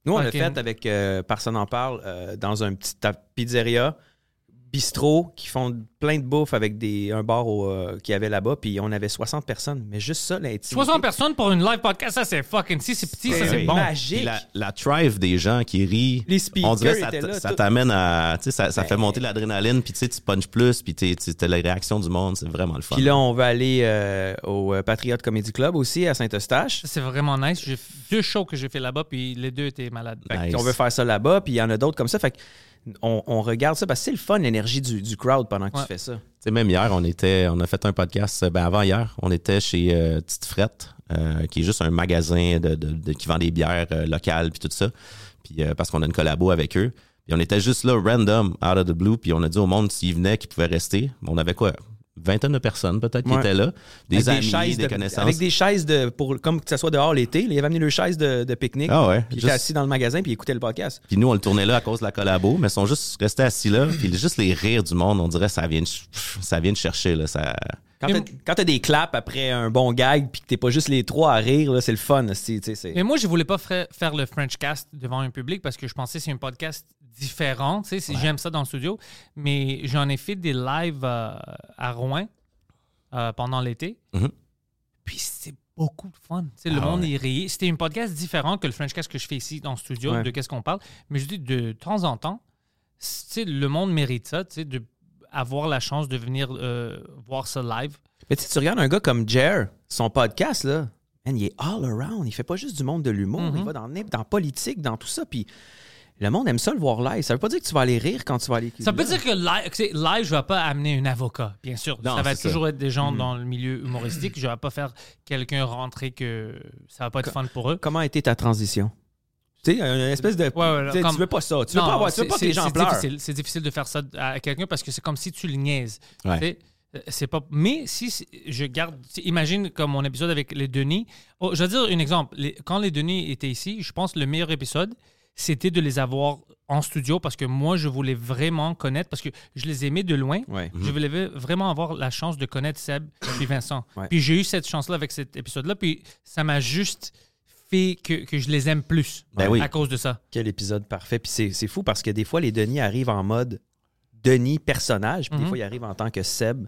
Nous, on Ok. l'a fait avec euh, Personne en parle euh, dans un petit ta- pizzeria, bistrot, qui font plein de bouffe avec des, un bar au, euh, qu'il y avait là-bas. Puis on avait 60 personnes. Mais juste ça, l'intimité. 60 personnes pour une live podcast, ça c'est fucking si c'est petit, ça C'est c'est Ben oui. bon. magique. Puis La, la tribe des gens qui rient. Les speakers on dirait que ça, étaient là, ça tout. t'amène à. Tu sais, ça, ça Ben. fait monter l'adrénaline, puis tu sais, tu punches plus, puis tu as les réactions du monde. C'est vraiment le fun. Puis là, on va aller euh, au euh, Patriot Comedy Club aussi à Saint-Eustache. Ça, C'est vraiment nice. J'ai fait deux shows que j'ai fait là-bas, puis les deux étaient malades. Fait que Nice. On veut faire ça là-bas, puis il y en a d'autres comme ça. Fait que on, on regarde ça parce que c'est le fun, l'énergie du, du crowd pendant que Ouais. tu fais ça. Tu sais, même hier, on était, on a fait un podcast, ben avant hier, on était chez euh, Petite Frette, euh, qui est juste un magasin de, de- de- qui vend des bières euh, locales puis tout ça. Puis euh, parce qu'on a une collabo avec eux. Puis on était juste là, random, out of the blue, puis on a dit au monde s'ils venaient, qu'ils pouvaient rester. On avait quoi? Vingtaine de personnes peut-être qui Ouais. étaient là. Des Avec amis, des, de, connaissances. Avec des chaises de, pour, comme que ça soit dehors l'été. Ils avaient amené leurs chaises de, de pique-nique. Ah ouais, Puis ils juste- étaient assis dans le magasin, puis ils écoutaient le podcast. Puis nous, on le tournait là à cause de la collabo, mais ils sont juste restés assis là. Puis juste les rires du monde, on dirait ça vient de, ch- ça vient de chercher. Là, ça... Quand Mais t'as- m- quand t'as des claps après un bon gag, puis que t'es pas juste les trois à rire, là, c'est le fun. là, c'est- tu sais, c'est- Mais moi, je voulais pas fra- faire le Frenchcast devant un public parce que je pensais que c'est un podcast différent. Tu sais, c'est- J'aime ça dans le studio. Mais j'en ai fait des lives euh, à Rouen euh, pendant l'été. Mhm. Puis c'est beaucoup de fun. Tu sais, le Ah monde ouais. y riait. C'était un podcast différent que le Frenchcast que je fais ici dans le studio, Ouais. de qu'est-ce qu'on parle. Mais je dis, de temps en temps, c- tu sais, le monde mérite ça, tu sais, de avoir la chance de venir euh, voir ça live. Mais tu sais, tu regardes un gars comme Jer, son podcast, là. man, il est all around. Il fait pas juste du monde de l'humour. Mhm. Il va dans, n'im- dans politique, dans tout ça. Puis le monde aime ça le voir live. Ça veut pas dire que tu vas aller rire quand tu vas aller. Ça peut là. dire que live, que c'est- live, je ne vais pas amener un avocat, bien sûr. Non, ça va c'est ça. toujours être des Mm. gens dans le milieu humoristique. Je ne vais pas faire quelqu'un rentrer que ça va pas être fun pour eux. Comment a été ta transition? Tu sais, une espèce de. Ouais, ouais, là, tu sais, comme- Tu veux pas ça. Tu veux Non, pas, avoir, tu veux c'est- pas que c'est- les gens c'est pleurent. difficile. C'est difficile de faire ça à quelqu'un parce que c'est comme si tu le niaises. Ouais. Tu sais, euh, C'est pas... Mais si c'est- je garde... tu sais, Imagine comme mon épisode avec les Denis. Oh, je vais dire un exemple. Les- quand les Denis étaient ici, je pense que le meilleur épisode, c'était de les avoir en studio parce que moi, je voulais vraiment connaître, parce que je les aimais de loin. Ouais. Je voulais vraiment avoir la chance de connaître Seb puis Vincent. Ouais. Puis j'ai eu cette chance-là avec cet épisode-là. Puis ça m'a juste fait que, que je les aime plus Ben oui. à cause de ça. Quel épisode parfait. Puis c'est- c'est fou parce que des fois, les Denis arrivent en mode Denis personnage. Puis Mhm. des fois, ils arrivent en tant que Seb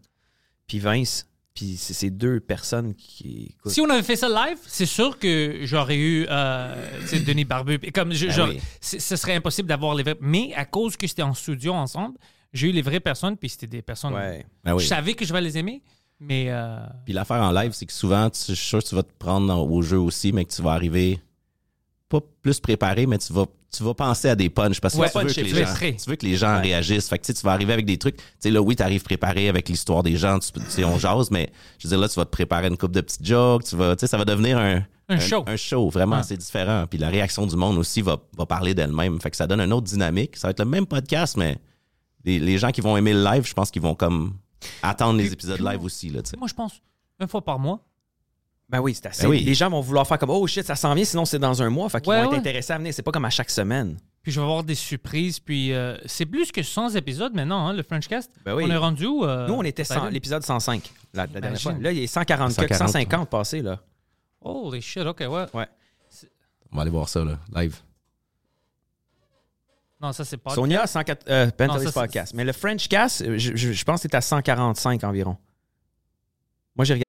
puis Vince. Puis c'est ces deux personnes qui. écoute, Si on avait fait ça live, c'est sûr que j'aurais eu euh, tu sais, Denis Barbu. Et comme je- Ben genre, oui. c'est- ce serait impossible d'avoir les vrais. Mais à cause que c'était en studio ensemble, j'ai eu les vraies personnes. Puis c'était des personnes. Ouais. Ben Je oui. savais que je vais les aimer, mais euh, Puis l'affaire en live, c'est que souvent, tu, je suis sûr que tu vas te prendre dans- au jeu aussi, mais que tu vas arriver pas plus préparé, mais tu vas, tu vas penser à des punches parce que Ouais, tu, veux puncher, que les tu vas gens, être prêt. tu veux que les gens réagissent. Fait que, tu, sais, tu vas arriver avec des trucs. Tu sais, là, oui, tu arrives préparé avec l'histoire des gens, tu, peux- tu sais, on jase, mais je veux dire, là, tu vas te préparer une coupe de petites jokes, tu vas, tu sais, ça va devenir un, Un show. Un show, vraiment, Ouais. c'est différent. Puis la réaction du monde aussi va, va parler d'elle-même. Fait que ça donne une autre dynamique. Ça va être le même podcast, mais les, les gens qui vont aimer le live, je pense qu'ils vont comme attendre les épisodes live aussi, là, tu sais. moi, je pense une fois par mois. Ben oui, c'est assez. Ben oui. Les gens vont vouloir faire comme Oh shit, ça s'en vient, sinon c'est dans un mois. Fait qu'ils Ouais, vont ouais. être intéressés à venir. C'est pas comme à chaque semaine. Puis je vais avoir des surprises. Puis euh, c'est plus que 100 épisodes maintenant, hein, le Frenchcast. Ben oui. On est rendu où euh, Nous, on était Biden? 100 l'épisode 105 la, la dernière Imagine. fois. Là, il est 140, 140, 150 passé. Là. Holy shit, ok, ouais. Ouais. On va aller voir ça, là, live. Non, ça, c'est pas. Sonia, 104, euh, pas Non, ça, c'est- Podcast. Mais le French Cast, euh, je, je- je pense que c'est à 145 environ. Moi, j'ai regardé.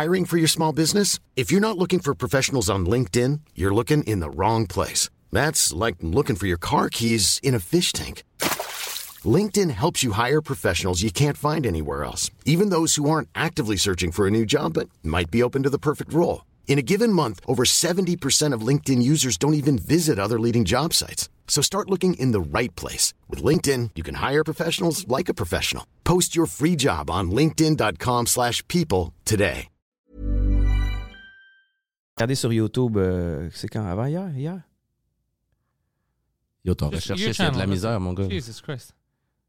Hiring for your small business? If you're not looking for professionals on LinkedIn, you're looking in the wrong place. That's like looking for your car keys in a fish tank. LinkedIn helps you hire professionals you can't find anywhere else, even those who aren't actively searching for a new job but might be open to the perfect role. In a given month, over 70% of LinkedIn users don't even visit other leading job sites. So start looking in the right place. With LinkedIn, you can hire professionals like a professional. Post your free job on linkedin.com/people slash people today. Regardez sur YouTube, euh, c'est quand Avant hier Hier Yo, ton Just recherché, your c'est de la channel, misère, mon gars. Jesus Christ.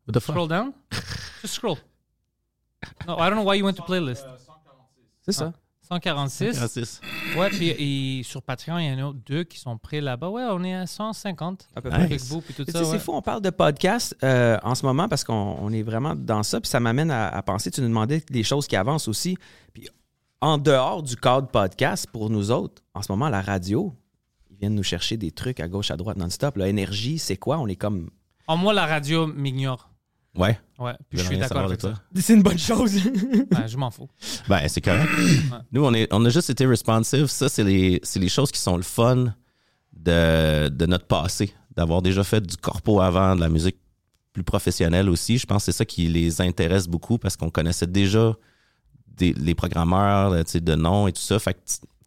What the fuck? Scroll down. Just scroll. No, I don't know why you went to playlist. C'est Ah. ça. 146. Francis. Ouais, puis et sur Patreon, il y en a autres deux qui sont prêts là-bas. Ouais, on est à 150. À peu Nice. près. Avec vous, puis tout Tu ça. sais, C'est ouais. fou, on parle de podcast euh, en ce moment parce qu'on on est vraiment dans ça. Puis ça m'amène à, à penser, tu nous demandais des choses qui avancent aussi. Puis en dehors du cadre podcast, pour nous autres, en ce moment, la radio, ils viennent nous chercher des trucs à gauche, à droite, non-stop. L'énergie, c'est quoi? On est comme. En Ah, moi, la radio m'ignore. Ouais. Ouais, Je puis je veux suis rien d'accord savoir de avec ça. toi. C'est une bonne chose. Ouais, je m'en fous. Ben, c'est correct. Nous, on, est, on a juste été responsive. Ça, c'est les, c'est les choses qui sont le fun de, de notre passé, d'avoir déjà fait du corpo avant, de la musique plus professionnelle aussi. Je pense que c'est ça qui les intéresse beaucoup parce qu'on connaissait déjà des- les programmeurs là, tu sais, de nom et tout ça. Fait que,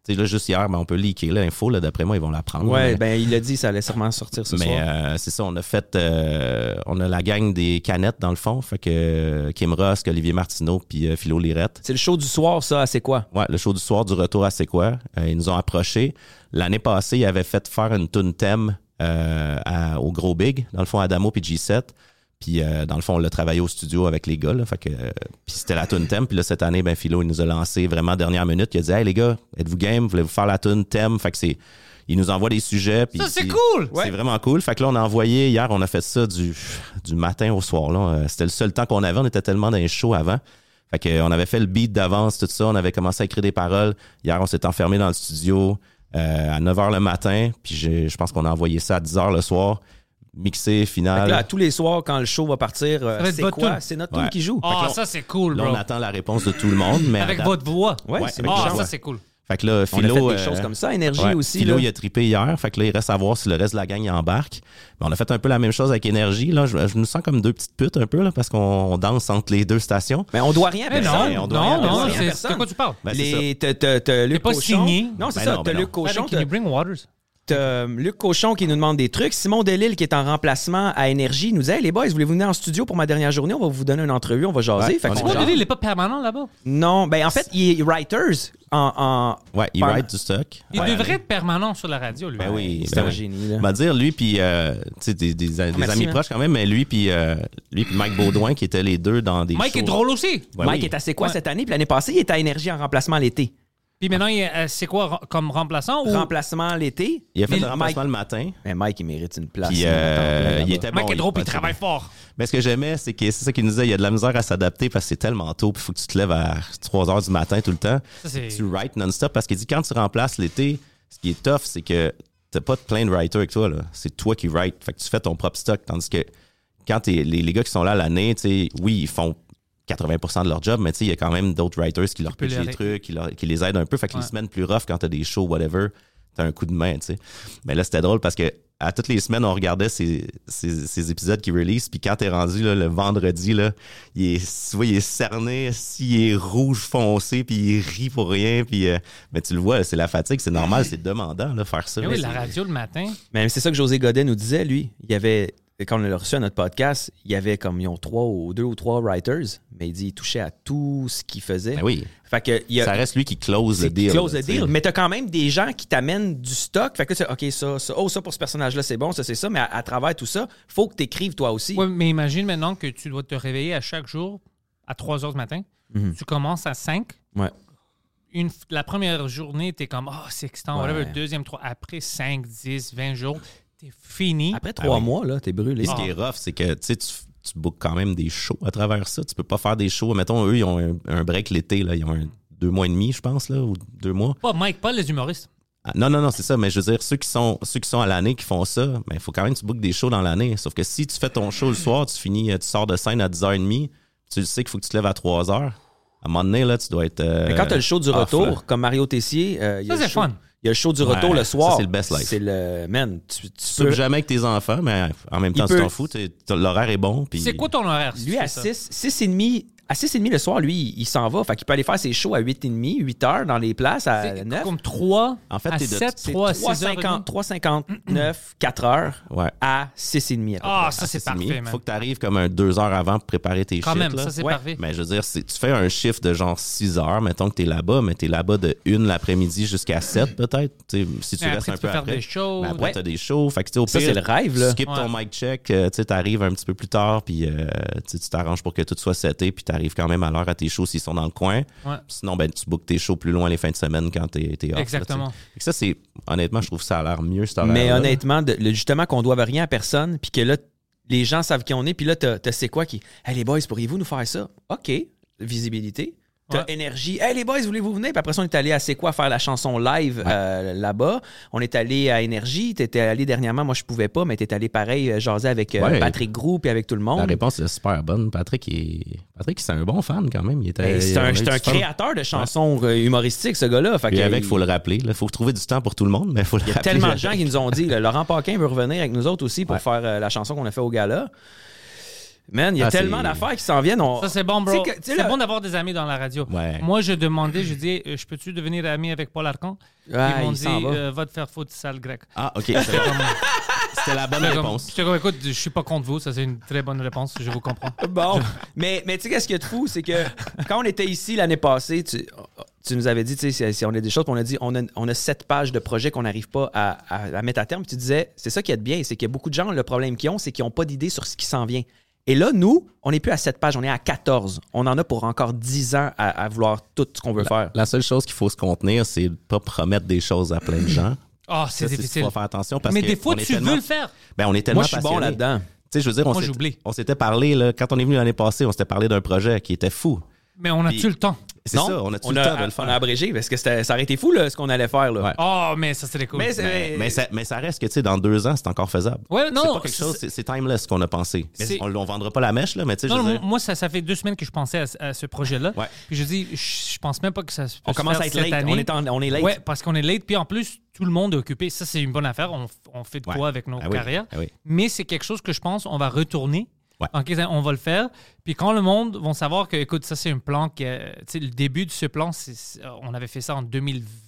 tu sais, là, juste hier, ben, on peut leaker l'info. Là, d'après moi, ils vont la prendre. ouais, Mais- ben il l'a dit, ça allait sûrement sortir ce Mais soir. euh, c'est ça, on a fait. euh, on a la gang des canettes, dans le fond. Fait que euh, Kim Rosk, Olivier Martineau, puis euh, Philo Lirette. C'est le show du soir, ça, c'est quoi? Ouais, le show du soir du retour à C'est quoi? Euh, ils nous ont approchés. L'année passée, ils avaient fait faire une tune thème euh, à- au Gros Big, dans le fond, Adamo puis G7. Puis, euh, dans le fond, on l'a travaillé au studio avec les gars. là. fait que, euh, puis c'était la tune thème. Puis là, cette année, ben, Philo, il nous a lancé vraiment dernière minute. Il a dit Hey les gars, êtes-vous game? Voulez-vous faire la tune thème? Fait que c'est. Il nous envoie des sujets. puis Ça, c'est il- cool! c'est vraiment cool. Fait que là, on a envoyé, hier, on a fait ça du, du matin au soir. là. Euh, C'était le seul temps qu'on avait. On était tellement dans les shows avant. Fait que, euh, on avait fait le beat d'avance, tout ça. On avait commencé à écrire des paroles. Hier, on s'est enfermé dans le studio euh, à 9 h le matin. Puis j'ai- je pense qu'on a envoyé ça à 10 h le soir. Mixé, Fait final. que là, tous les soirs, quand le show va partir, euh, va être c'est votre quoi? tune. C'est notre tune Ouais. qui joue. Oh, là, on- ça, c'est cool, Là, bro. on attend la réponse de tout le monde. Mais à Avec date- votre voix. Ouais, Ouais, c'est avec bon. votre Ah, voix. ça, c'est cool. Fait que là, On a Philo. fait des euh, choses comme ça. Énergie Ouais. aussi. Philo, là. il a trippé hier. Fait que là, il reste à voir si le reste de la gang y embarque. Mais on a fait un peu la même chose avec Énergie. Là. Je, je nous sens comme deux petites putes un peu là, parce qu'on on danse entre les deux stations. Mais on doit rien à Mais personne. Eh non, on doit rien non, à non, personne. c'est- c'est de quoi tu parles? Ben, c'est ça. Les- t'as- t'as- t'as Luc pas Cochon. signé. Non, c'est Ben ça. non, T'as ben Luc Cochon. Avec Kenny Bring Waters. T'as euh, Luc Cochon qui nous demande des trucs. Simon Delille qui est en remplacement à Énergie il nous dit Hey les boys, voulez-vous venir en studio pour ma dernière journée On va vous donner une entrevue, on va jaser. Ouais, Fait on qu'on est Moi, jase. genre- Lily, il n'est pas permanent là-bas. Non, ben en fait, il est writers en. en- Ouais, il Pardon. ride du stock. Il Ouais. devrait être permanent sur la radio, lui. Ben oui, C'est ben un oui. génie, là. On va dire, lui, puis euh, tu sais, des, des- des Merci, amis man. proches quand même, mais lui, puis euh, lui, puis Mike Baudouin, qui étaient les deux dans des. Mike shows. est drôle aussi. Ouais, Mike oui. est assez quoi Ouais. cette année Puis l'année passée, il était à Énergie en remplacement l'été. Puis maintenant, il est, euh, c'est quoi rem- comme remplaçant? Ou... Remplacement l'été. Il a fait Mais le remplacement Mike- le matin. Mais Mike, il mérite une place. Puis, là, euh, là-bas. il était bon. Mike est drôle, puis il passait travaille bien. fort. Mais ce que j'aimais, c'est que c'est ça qu'il nous disait, il y a de la misère à s'adapter parce que c'est tellement tôt, puis il faut que tu te lèves à 3 heures du matin tout le temps. Ça, c'est- Tu writes non-stop parce qu'il dit quand tu remplaces l'été, ce qui est tough, c'est que t'as pas plein de writers avec toi, là. C'est toi qui write. Fait que tu fais ton propre stock. Tandis que quand t'es- les, les gars qui sont là l'année, tu sais, oui, ils font 80 de leur job, mais tu sais, il y a quand même d'autres writers qui leur peut pitchent leur- des trucs, qui, leur- qui les aident un peu. Fait que Ouais. les semaines plus rough, quand t'as des shows, whatever, t'as un coup de main, tu sais. Mais là, c'était drôle parce que à toutes les semaines, on regardait ces, ces- ces épisodes qui release. Puis quand t'es rendu là, le vendredi, là, il est, tu vois, il est cerné, s'il est rouge foncé, puis il rit pour rien. Puis, euh, mais tu le vois, c'est la fatigue, c'est normal, c'est demandant de faire ça. Ben Mais oui, la c'est- radio le matin. Mais c'est ça que José Godet nous disait, lui. Il y avait, quand on l'a reçu à notre podcast, il y avait comme, ils ont trois ou deux ou trois writers, mais il dit, il touchait à tout ce qu'il faisait. Ben oui. Fait que, il y a, Ça reste lui qui close le c'est deal. close là, the tu sais. deal. Mais t'as quand même des gens qui t'amènent du stock. Fait que tu OK, ça, ça, oh, ça pour ce personnage-là, c'est bon, ça, c'est ça. Mais à, à travers tout ça, faut que t'écrives toi aussi. Ouais, mais imagine maintenant que tu dois te réveiller à chaque jour à 3 h du matin. Mhm. Tu commences à 5. Ouais. Une, f- la première journée, t'es comme, oh, c'est excitant, Ouais. whatever. Deuxième, trois. Après 5, 10, 20 jours, t'es fini. Après trois Ah oui. mois, là, t'es brûlé. Ah. Et ce qui est rough, c'est que tu sais, tu tu bookes quand même des shows à travers ça. Tu peux pas faire des shows. Mettons, eux, ils ont un, un break l'été. là. Ils ont un- deux mois et demi, je pense, là, ou deux mois. Pas Mike, pas les humoristes. Ah, Non, non, non, c'est ça. Mais je veux dire, ceux qui sont, ceux qui sont à l'année, qui font ça, il faut quand même que tu bookes des shows dans l'année. Sauf que si tu fais ton show le soir, tu finis, euh, tu sors de scène à 10h30, tu le sais qu'il faut que tu te lèves à 3h. À un moment donné, là, tu dois être. euh, Mais quand t'as le show du off, retour, là. comme Mario Tessier, euh, il y a Ça, le c'est show- fun. Il y a le show du Ouais, retour le ça, soir. c'est le best life. C'est le. Man, tu, tu Tu peux- peux jamais avec tes enfants, mais en même Il temps, peut- tu t'en fous. t'es- t'as- L'horaire est bon. puis- C'est quoi ton horaire? si Lui, tu à fais ça? 6, 6 et demi, à 6 et demi le soir, lui, il, il s'en va. Fait qu'il peut aller faire ses shows à 8 et demi, 8 heures dans les places à C'est 9. Comme 3 En fait, à t'es de- 7, c'est 3 à 6 3,50, 3,59, 4 heures Ouais. à 6 et demi. à peu Ah, près. ça, c'est Il parfait, man. faut que tu arrives comme un deux heures avant pour préparer tes Quand shit, même, là. ça, c'est Ouais. parfait. Mais je veux dire, c'est- tu fais un chiffre de genre 6 heures, mettons que t'es là-bas, mais t'es là-bas de 1 l'après-midi jusqu'à 7 peut-être. Tu sais, Si tu Mais restes après, un tu peu peux faire après. des shows. Mais après, Ouais. t'as des shows. Fait que, tu sais, au Ça, pire, c'est le rêve, là. Tu skippes ton mic check, euh, tu sais, t'arrives un petit peu plus tard, puis euh, tu sais, tu t'arranges pour que tout soit seté, puis t'arrives quand même à l'heure à tes shows s'ils sont dans le coin. Ouais. Sinon, ben, tu bookes tes shows plus loin les fins de semaine quand t'es t'es off. là, tu sais. Exactement. Fait que ça, c'est. Honnêtement, je trouve que ça a l'air mieux, cet Mais horaire-là. honnêtement, de- le- justement, qu'on doive rien à personne, puis que là, les gens savent qui on est, puis là, t'as t'as c'est quoi qui. Hey, les boys, pourriez-vous nous faire ça? OK. Visibilité. T'as Ouais. énergie. Hey, les boys, voulez-vous venir? Puis après ça, on est allé à C'est quoi faire la chanson live euh, là-bas. On est allé à Énergie. T'étais allé dernièrement. Moi, je pouvais pas, mais t'es allé pareil, euh, jaser avec euh, Ouais. Patrick Group puis avec tout le La monde. réponse est super bonne. Patrick, il- Patrick c'est un bon fan quand même. Il était, Hey, Ben, C'est on a un, eu c'est du un fun. créateur de chansons euh, humoristiques, ce gars-là. Fait Puis que, avec, il- faut le rappeler. Il faut trouver du temps pour tout le monde, mais faut le Il y a rappeler. tellement de gens qui nous ont dit là, Laurent Paquin veut revenir avec nous autres aussi pour Ouais. faire euh, la chanson qu'on a fait au gala. Man, il y a Ah, tellement c'est- d'affaires qui s'en viennent. on- Ça, c'est bon, Tu bro. sais que- tu sais, C'est là- bon d'avoir des amis dans la radio. Ouais. Moi, je demandais, je dis, euh, je peux-tu devenir ami avec Paul Arcand? Ah, Ils m'ont il dit, s'en va. euh, va te faire foutre, sale grec. Ah, OK. c'est vrai. C'était la bonne J'étais comme- réponse. j'étais comme, écoute, je suis pas contre vous, ça c'est une très bonne réponse, je vous comprends. Bon, mais, mais tu sais, qu'est-ce qui est de fou, c'est que quand on était ici l'année passée, tu, tu nous avais dit, tu sais, si- si on a des choses, puis on a dit, on a, on a sept pages de projets qu'on n'arrive pas à, à- à mettre à terme. Puis Tu disais, c'est ça qui est de bien, c'est qu'il y a beaucoup de gens, le problème qu'ils ont, c'est qu'ils n'ont pas d'idée sur ce qui s'en vient. Et là, nous, on n'est plus à sept pages, on est à 14. On en a pour encore 10 ans à, à vouloir tout ce qu'on veut faire. La seule chose qu'il faut se contenir, c'est de pas promettre des choses à plein de gens. Ah, c'est Ça, difficile. faut faire attention parce Mais que des fois, on est tu tellement- veux le faire. Ben, on est tellement Moi, je suis bon passionnés. là-dedans. Tu sais, je veux dire, on Moi, s'était- j'oublie. on s'était parlé, là, quand on est venu l'année passée, on s'était parlé d'un projet qui était fou. Mais on a-tu Puis- le temps? C'est Non, ça, on a tout on le a, temps de le on a faire. abrégé parce que c'était- ça aurait été fou là, ce qu'on allait faire. Là. Ouais. Oh, mais ça, c'était cool. Mais c'est- Mais, mais ça, mais ça reste que, tu sais, dans deux ans, c'est encore faisable. Ouais, non, c'est non, pas quelque chose, c'est c'est timeless ce qu'on a pensé. Mais C'est- on ne vendra pas la mèche, là, mais tu sais, je Non, veux non, dire- moi, ça, ça fait deux semaines que je pensais à, ce- à ce projet-là. Ouais. Puis je dis, je, je pense même pas que ça se peut on se commence faire à être cette late. année. On, est en- on est late. Ouais, parce qu'on est late. Puis en plus, tout le monde est occupé. Ça, c'est une bonne affaire. On, f- on fait de Ouais. quoi avec nos Ah oui, carrières. ah oui. Mais c'est quelque chose que je pense on va retourner. Ouais. En quelques années, on va le faire. Puis quand le monde va savoir que, écoute, ça, c'est un plan que. euh, Tu sais, le début de ce plan, c'est- c'est- on avait fait ça en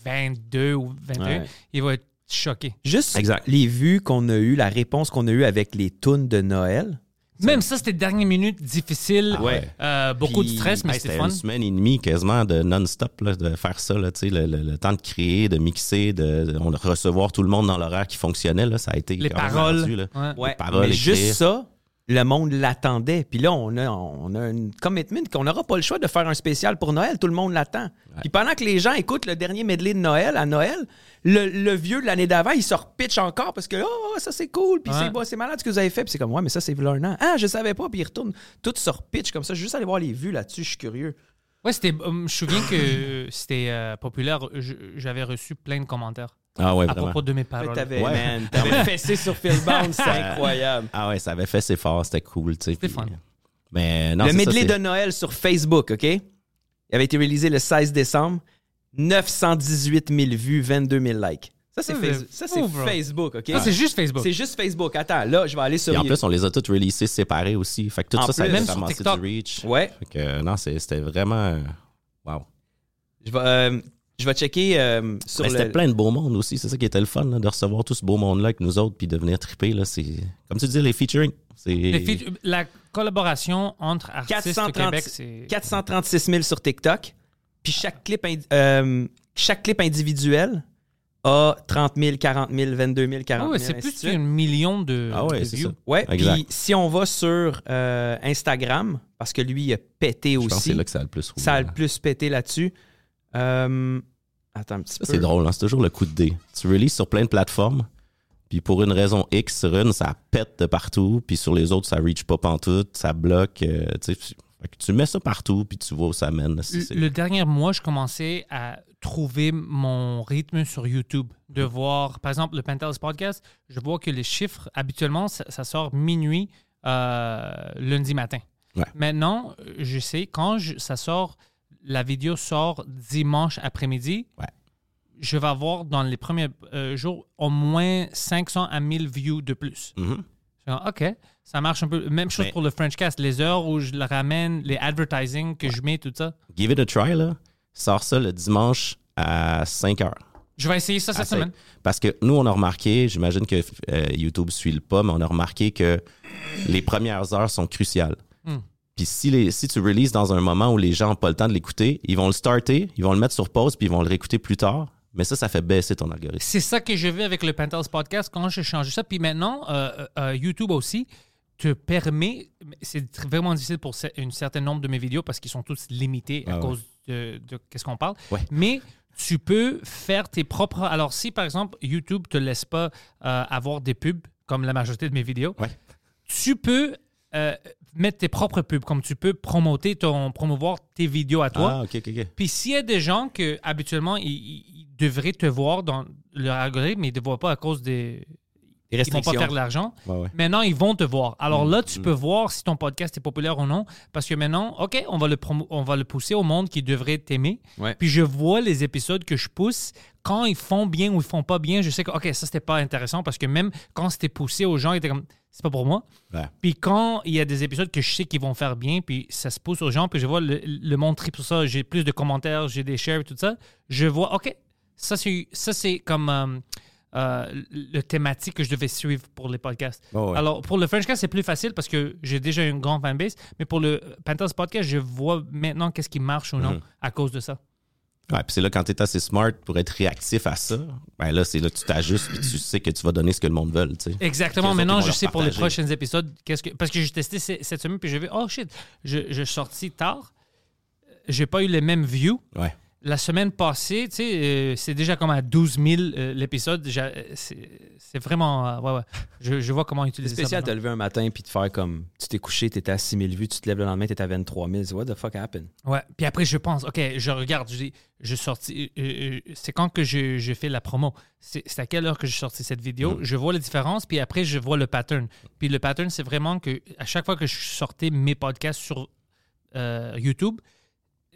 2022 ou 2021. Ouais. Il va être choqué. Juste Exact. les vues qu'on a eues, la réponse qu'on a eue avec les tunes de Noël. Même ça, c'était dernière minute, difficile. Ah ouais. Euh, beaucoup Puis, de stress, mais Hey, c'était c'était fun. une semaine et demie quasiment de non-stop là, de faire ça, là, tu sais, le, le- le temps de créer, de mixer, de, de- on- de recevoir tout le monde dans l'horaire qui fonctionnait. Là, ça a été Les vraiment paroles. ardu, là. Ouais. Les paroles, mais juste écrire. ça, le monde l'attendait. Puis là, on a, on a un commitment qu'on n'aura pas le choix de faire un spécial pour Noël. Tout le monde l'attend. Puis pendant que les gens écoutent le dernier medley de Noël à Noël, le, le vieux de l'année d'avant, il se repitche encore parce que oh, ça c'est cool, puis Ouais. c'est, bon, c'est malade ce que vous avez fait. Puis c'est comme, ouais, mais ça c'est v'là un an. Ah, je savais pas. Puis il retourne. Tout se repitche comme ça. Je veux Juste aller voir les vues là-dessus, je suis curieux. Ouais, c'était. euh, Je me souviens que c'était euh, populaire. Je- J'avais reçu plein de commentaires Ah ouais, à vraiment. propos de mes Là, paroles. T'avais, Ouais. man, t'avais fessé sur Phil Bond, c'est incroyable. Ah ouais, ça avait fait ses forces, c'était cool. tu sais, C'était puis- euh, fun. Mais non, le c'est ça, medley c'est- de Noël sur Facebook, OK? Il avait été réalisé le 16 décembre. 918 000 vues, 22 000 likes. Ça, c'est Ça, Face- c'est ça, c'est fou, bro. Facebook, OK? Ça, c'est juste Facebook. C'est juste Facebook. Attends, là, je vais aller sur... Puis en plus, on les a toutes releasées séparées aussi. Fait que tout En ça, ça plus, a même même sur ramassé TikTok. du reach. Ouais. Fait que euh, non, c'est- c'était vraiment. euh, Wow. Je vais, euh, je vais checker euh, sur Mais C'était le... plein de beau monde aussi. C'est ça qui était le fun, là, de recevoir tout ce beau monde-là avec nous autres puis de venir triper. Là, c'est... Comme tu dis, les featuring. C'est... Les feat- la collaboration entre artistes au 430 Québec, c'est. 436 000 sur TikTok. Puis chaque clip, indi- euh, chaque clip individuel a 30 000, 40 000, 22 000, 40 Ah 000. ouais, c'est ainsi de plus suite. qu'un million de, Ah ouais, de c'est views. ça. Ouais, Exact. puis si on va sur euh, Instagram, parce que lui, il a pété Je pense que aussi. c'est là que ça a le plus roulé. hein. ça a le plus pété là-dessus. Euh, attends un petit Ça, peu. c'est drôle, hein, c'est toujours le coup de dé. Tu releases sur plein de plateformes, puis pour une raison X, sur une, ça pète de partout, puis sur les autres, ça reach pas pantoute, ça bloque. euh, tu sais, puis- fait que tu mets ça partout, puis tu vois où ça mène. là, si c'est- Le, le dernier mois, je commençais à trouver mon rythme sur YouTube. De Mhm. voir, par exemple, le Penthouse Podcast, je vois que les chiffres, habituellement, ça, ça sort minuit, euh, lundi matin. Ouais. Maintenant, je sais, quand je- ça sort, la vidéo sort dimanche après-midi, Ouais. je vais avoir dans les premiers euh, jours au moins 500 à 1000 views de plus. Mhm. Je suis comme, OK, ça marche un peu. Même chose Mais- pour le Frenchcast, les heures où je le ramène, les advertising que je mets, tout ça. Give it a try, là. Sors ça le dimanche à 5 heures. Je vais essayer ça cette Assez. semaine. Parce que nous, on a remarqué, j'imagine que euh, YouTube suit le pas, mais on a remarqué que les premières heures sont cruciales. Hmm. Puis si, les, si tu releases dans un moment où les gens n'ont pas le temps de l'écouter, ils vont le starter, ils vont le mettre sur pause, puis ils vont le réécouter plus tard. Mais ça, ça fait baisser ton algorithme. C'est ça que je vais avec le Penthouse Podcast quand j'ai changé ça. Puis maintenant, euh, euh, YouTube aussi te permet, c'est tr- vraiment difficile pour ce- un certain nombre de mes vidéos parce qu'ils sont tous limités à Ah ouais. cause de, de qu'est-ce qu'on parle. Ouais. Mais tu peux faire tes propres. Alors si par exemple YouTube te laisse pas euh, avoir des pubs comme la majorité de mes vidéos, Ouais. tu peux euh, mettre tes propres pubs, comme tu peux promoter ton, promouvoir tes vidéos à toi. Ah, ok, ok, ok. Puis s'il y a des gens que habituellement ils, ils- ils devraient te voir dans leur algorithme, mais ils ne te voient pas à cause des. Les Ils vont pas restrictions. faire de l'argent. Ouais, ouais. Mm, Maintenant, ils vont te voir. Alors là, tu peux voir si ton podcast est populaire ou non, parce que maintenant, OK, on va le, promo- on va le pousser au monde qui devrait t'aimer. Ouais. Puis je vois les épisodes que je pousse. Quand ils font bien ou ils font pas bien, je sais que, OK, ça, c'était pas intéressant, parce que même quand c'était poussé aux gens, ils étaient comme, c'est pas pour moi. Ouais. Puis quand il y a des épisodes que je sais qu'ils vont faire bien, puis ça se pousse aux gens, puis je vois le, le monde triple sur ça, j'ai plus de commentaires, j'ai des shares, tout ça, je vois, OK, ça c'est, ça, c'est comme euh, euh, le thématique que je devais suivre pour les podcasts. Oh, ouais. Alors, pour le Frenchcast, c'est plus facile parce que j'ai déjà une grande fanbase, mais pour le Panthers Podcast, je vois maintenant qu'est-ce qui marche ou non à cause de ça. Ouais, puis c'est là, quand tu es assez smart pour être réactif à ça, ben là, c'est là que tu t'ajustes, puis tu sais que tu vas donner ce que le monde veut, tu sais. Exactement. Puis les autres, ils Maintenant, vont je leur sais pour les partager. prochains épisodes. Qu'est-ce que parce que j'ai testé ce- cette semaine puis j'ai vu oh shit, je, je suis sorti tard, j'ai pas eu les mêmes views. Ouais. la semaine passée, tu sais, euh, c'est déjà comme à 12 000 euh, l'épisode. J'a- euh, C'est c'est vraiment. euh, ouais, ouais. Je, je vois comment C'est utiliser spécial de te ça. maintenant. lever un matin puis de faire comme tu t'es couché, t'étais à 6 000 vues, tu te lèves le lendemain, t'es à 23 000. What the fuck happened? Ouais. Puis après, je pense, OK, je regarde, je dis, je sortis. euh, euh, c'est quand que je, je fais la promo? C'est c'est à quelle heure que j'ai sorti cette vidéo? Je vois la différence, puis après, je vois le pattern. Puis le pattern, c'est vraiment que à chaque fois que je sortais mes podcasts sur euh, YouTube,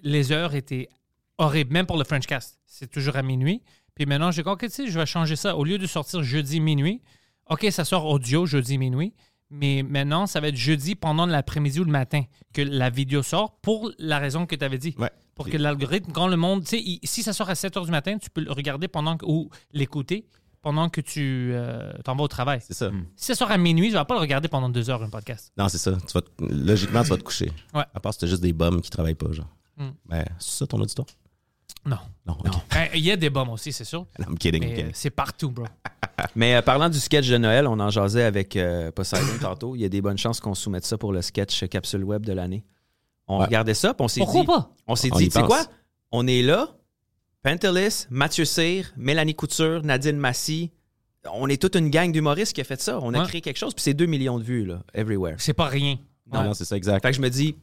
les heures étaient horribles, même pour le Frenchcast. C'est toujours à minuit. Puis maintenant, j'ai dit, OK, tu sais, je vais changer ça. Au lieu de sortir jeudi minuit, OK, ça sort audio jeudi minuit, mais maintenant, ça va être jeudi pendant l'après-midi ou le matin que la vidéo sort pour la raison que tu avais dit. Ouais. Pour que l'algorithme, quand le monde, tu sais, il- si ça sort à 7 h du matin, tu peux le regarder pendant que- ou l'écouter pendant que tu euh, t'en vas au travail. C'est ça. Si ça sort à minuit, tu vas pas le regarder pendant deux heures, un podcast. Non, c'est ça. Tu vas te- Logiquement, tu vas te coucher. Ouais. À part si t'as juste des bums qui travaillent pas, genre. Mm. Ben, c'est ça ton auditoire? Non. Non, ok. Euh, Il y a des bombes aussi, c'est sûr. I'm kidding. Mais euh, kidding. c'est partout, bro. Mais euh, parlant du sketch de Noël, on en jasait avec euh, Poseidon tantôt. Il y a des bonnes chances qu'on soumette ça pour le sketch capsule web de l'année. On Ouais. regardait ça, puis on s'est Pourquoi dit. pas? On s'est On dit, y tu sais pense. quoi? On est là. Pantelis, Mathieu Cyr, Mélanie Couture, Nadine Massy. On est toute une gang d'humoristes qui a fait ça. On a Ouais. créé quelque chose, puis c'est 2 millions de vues, là, everywhere. C'est pas rien. Non, Ouais. non, c'est ça, exact. Fait que je me dis,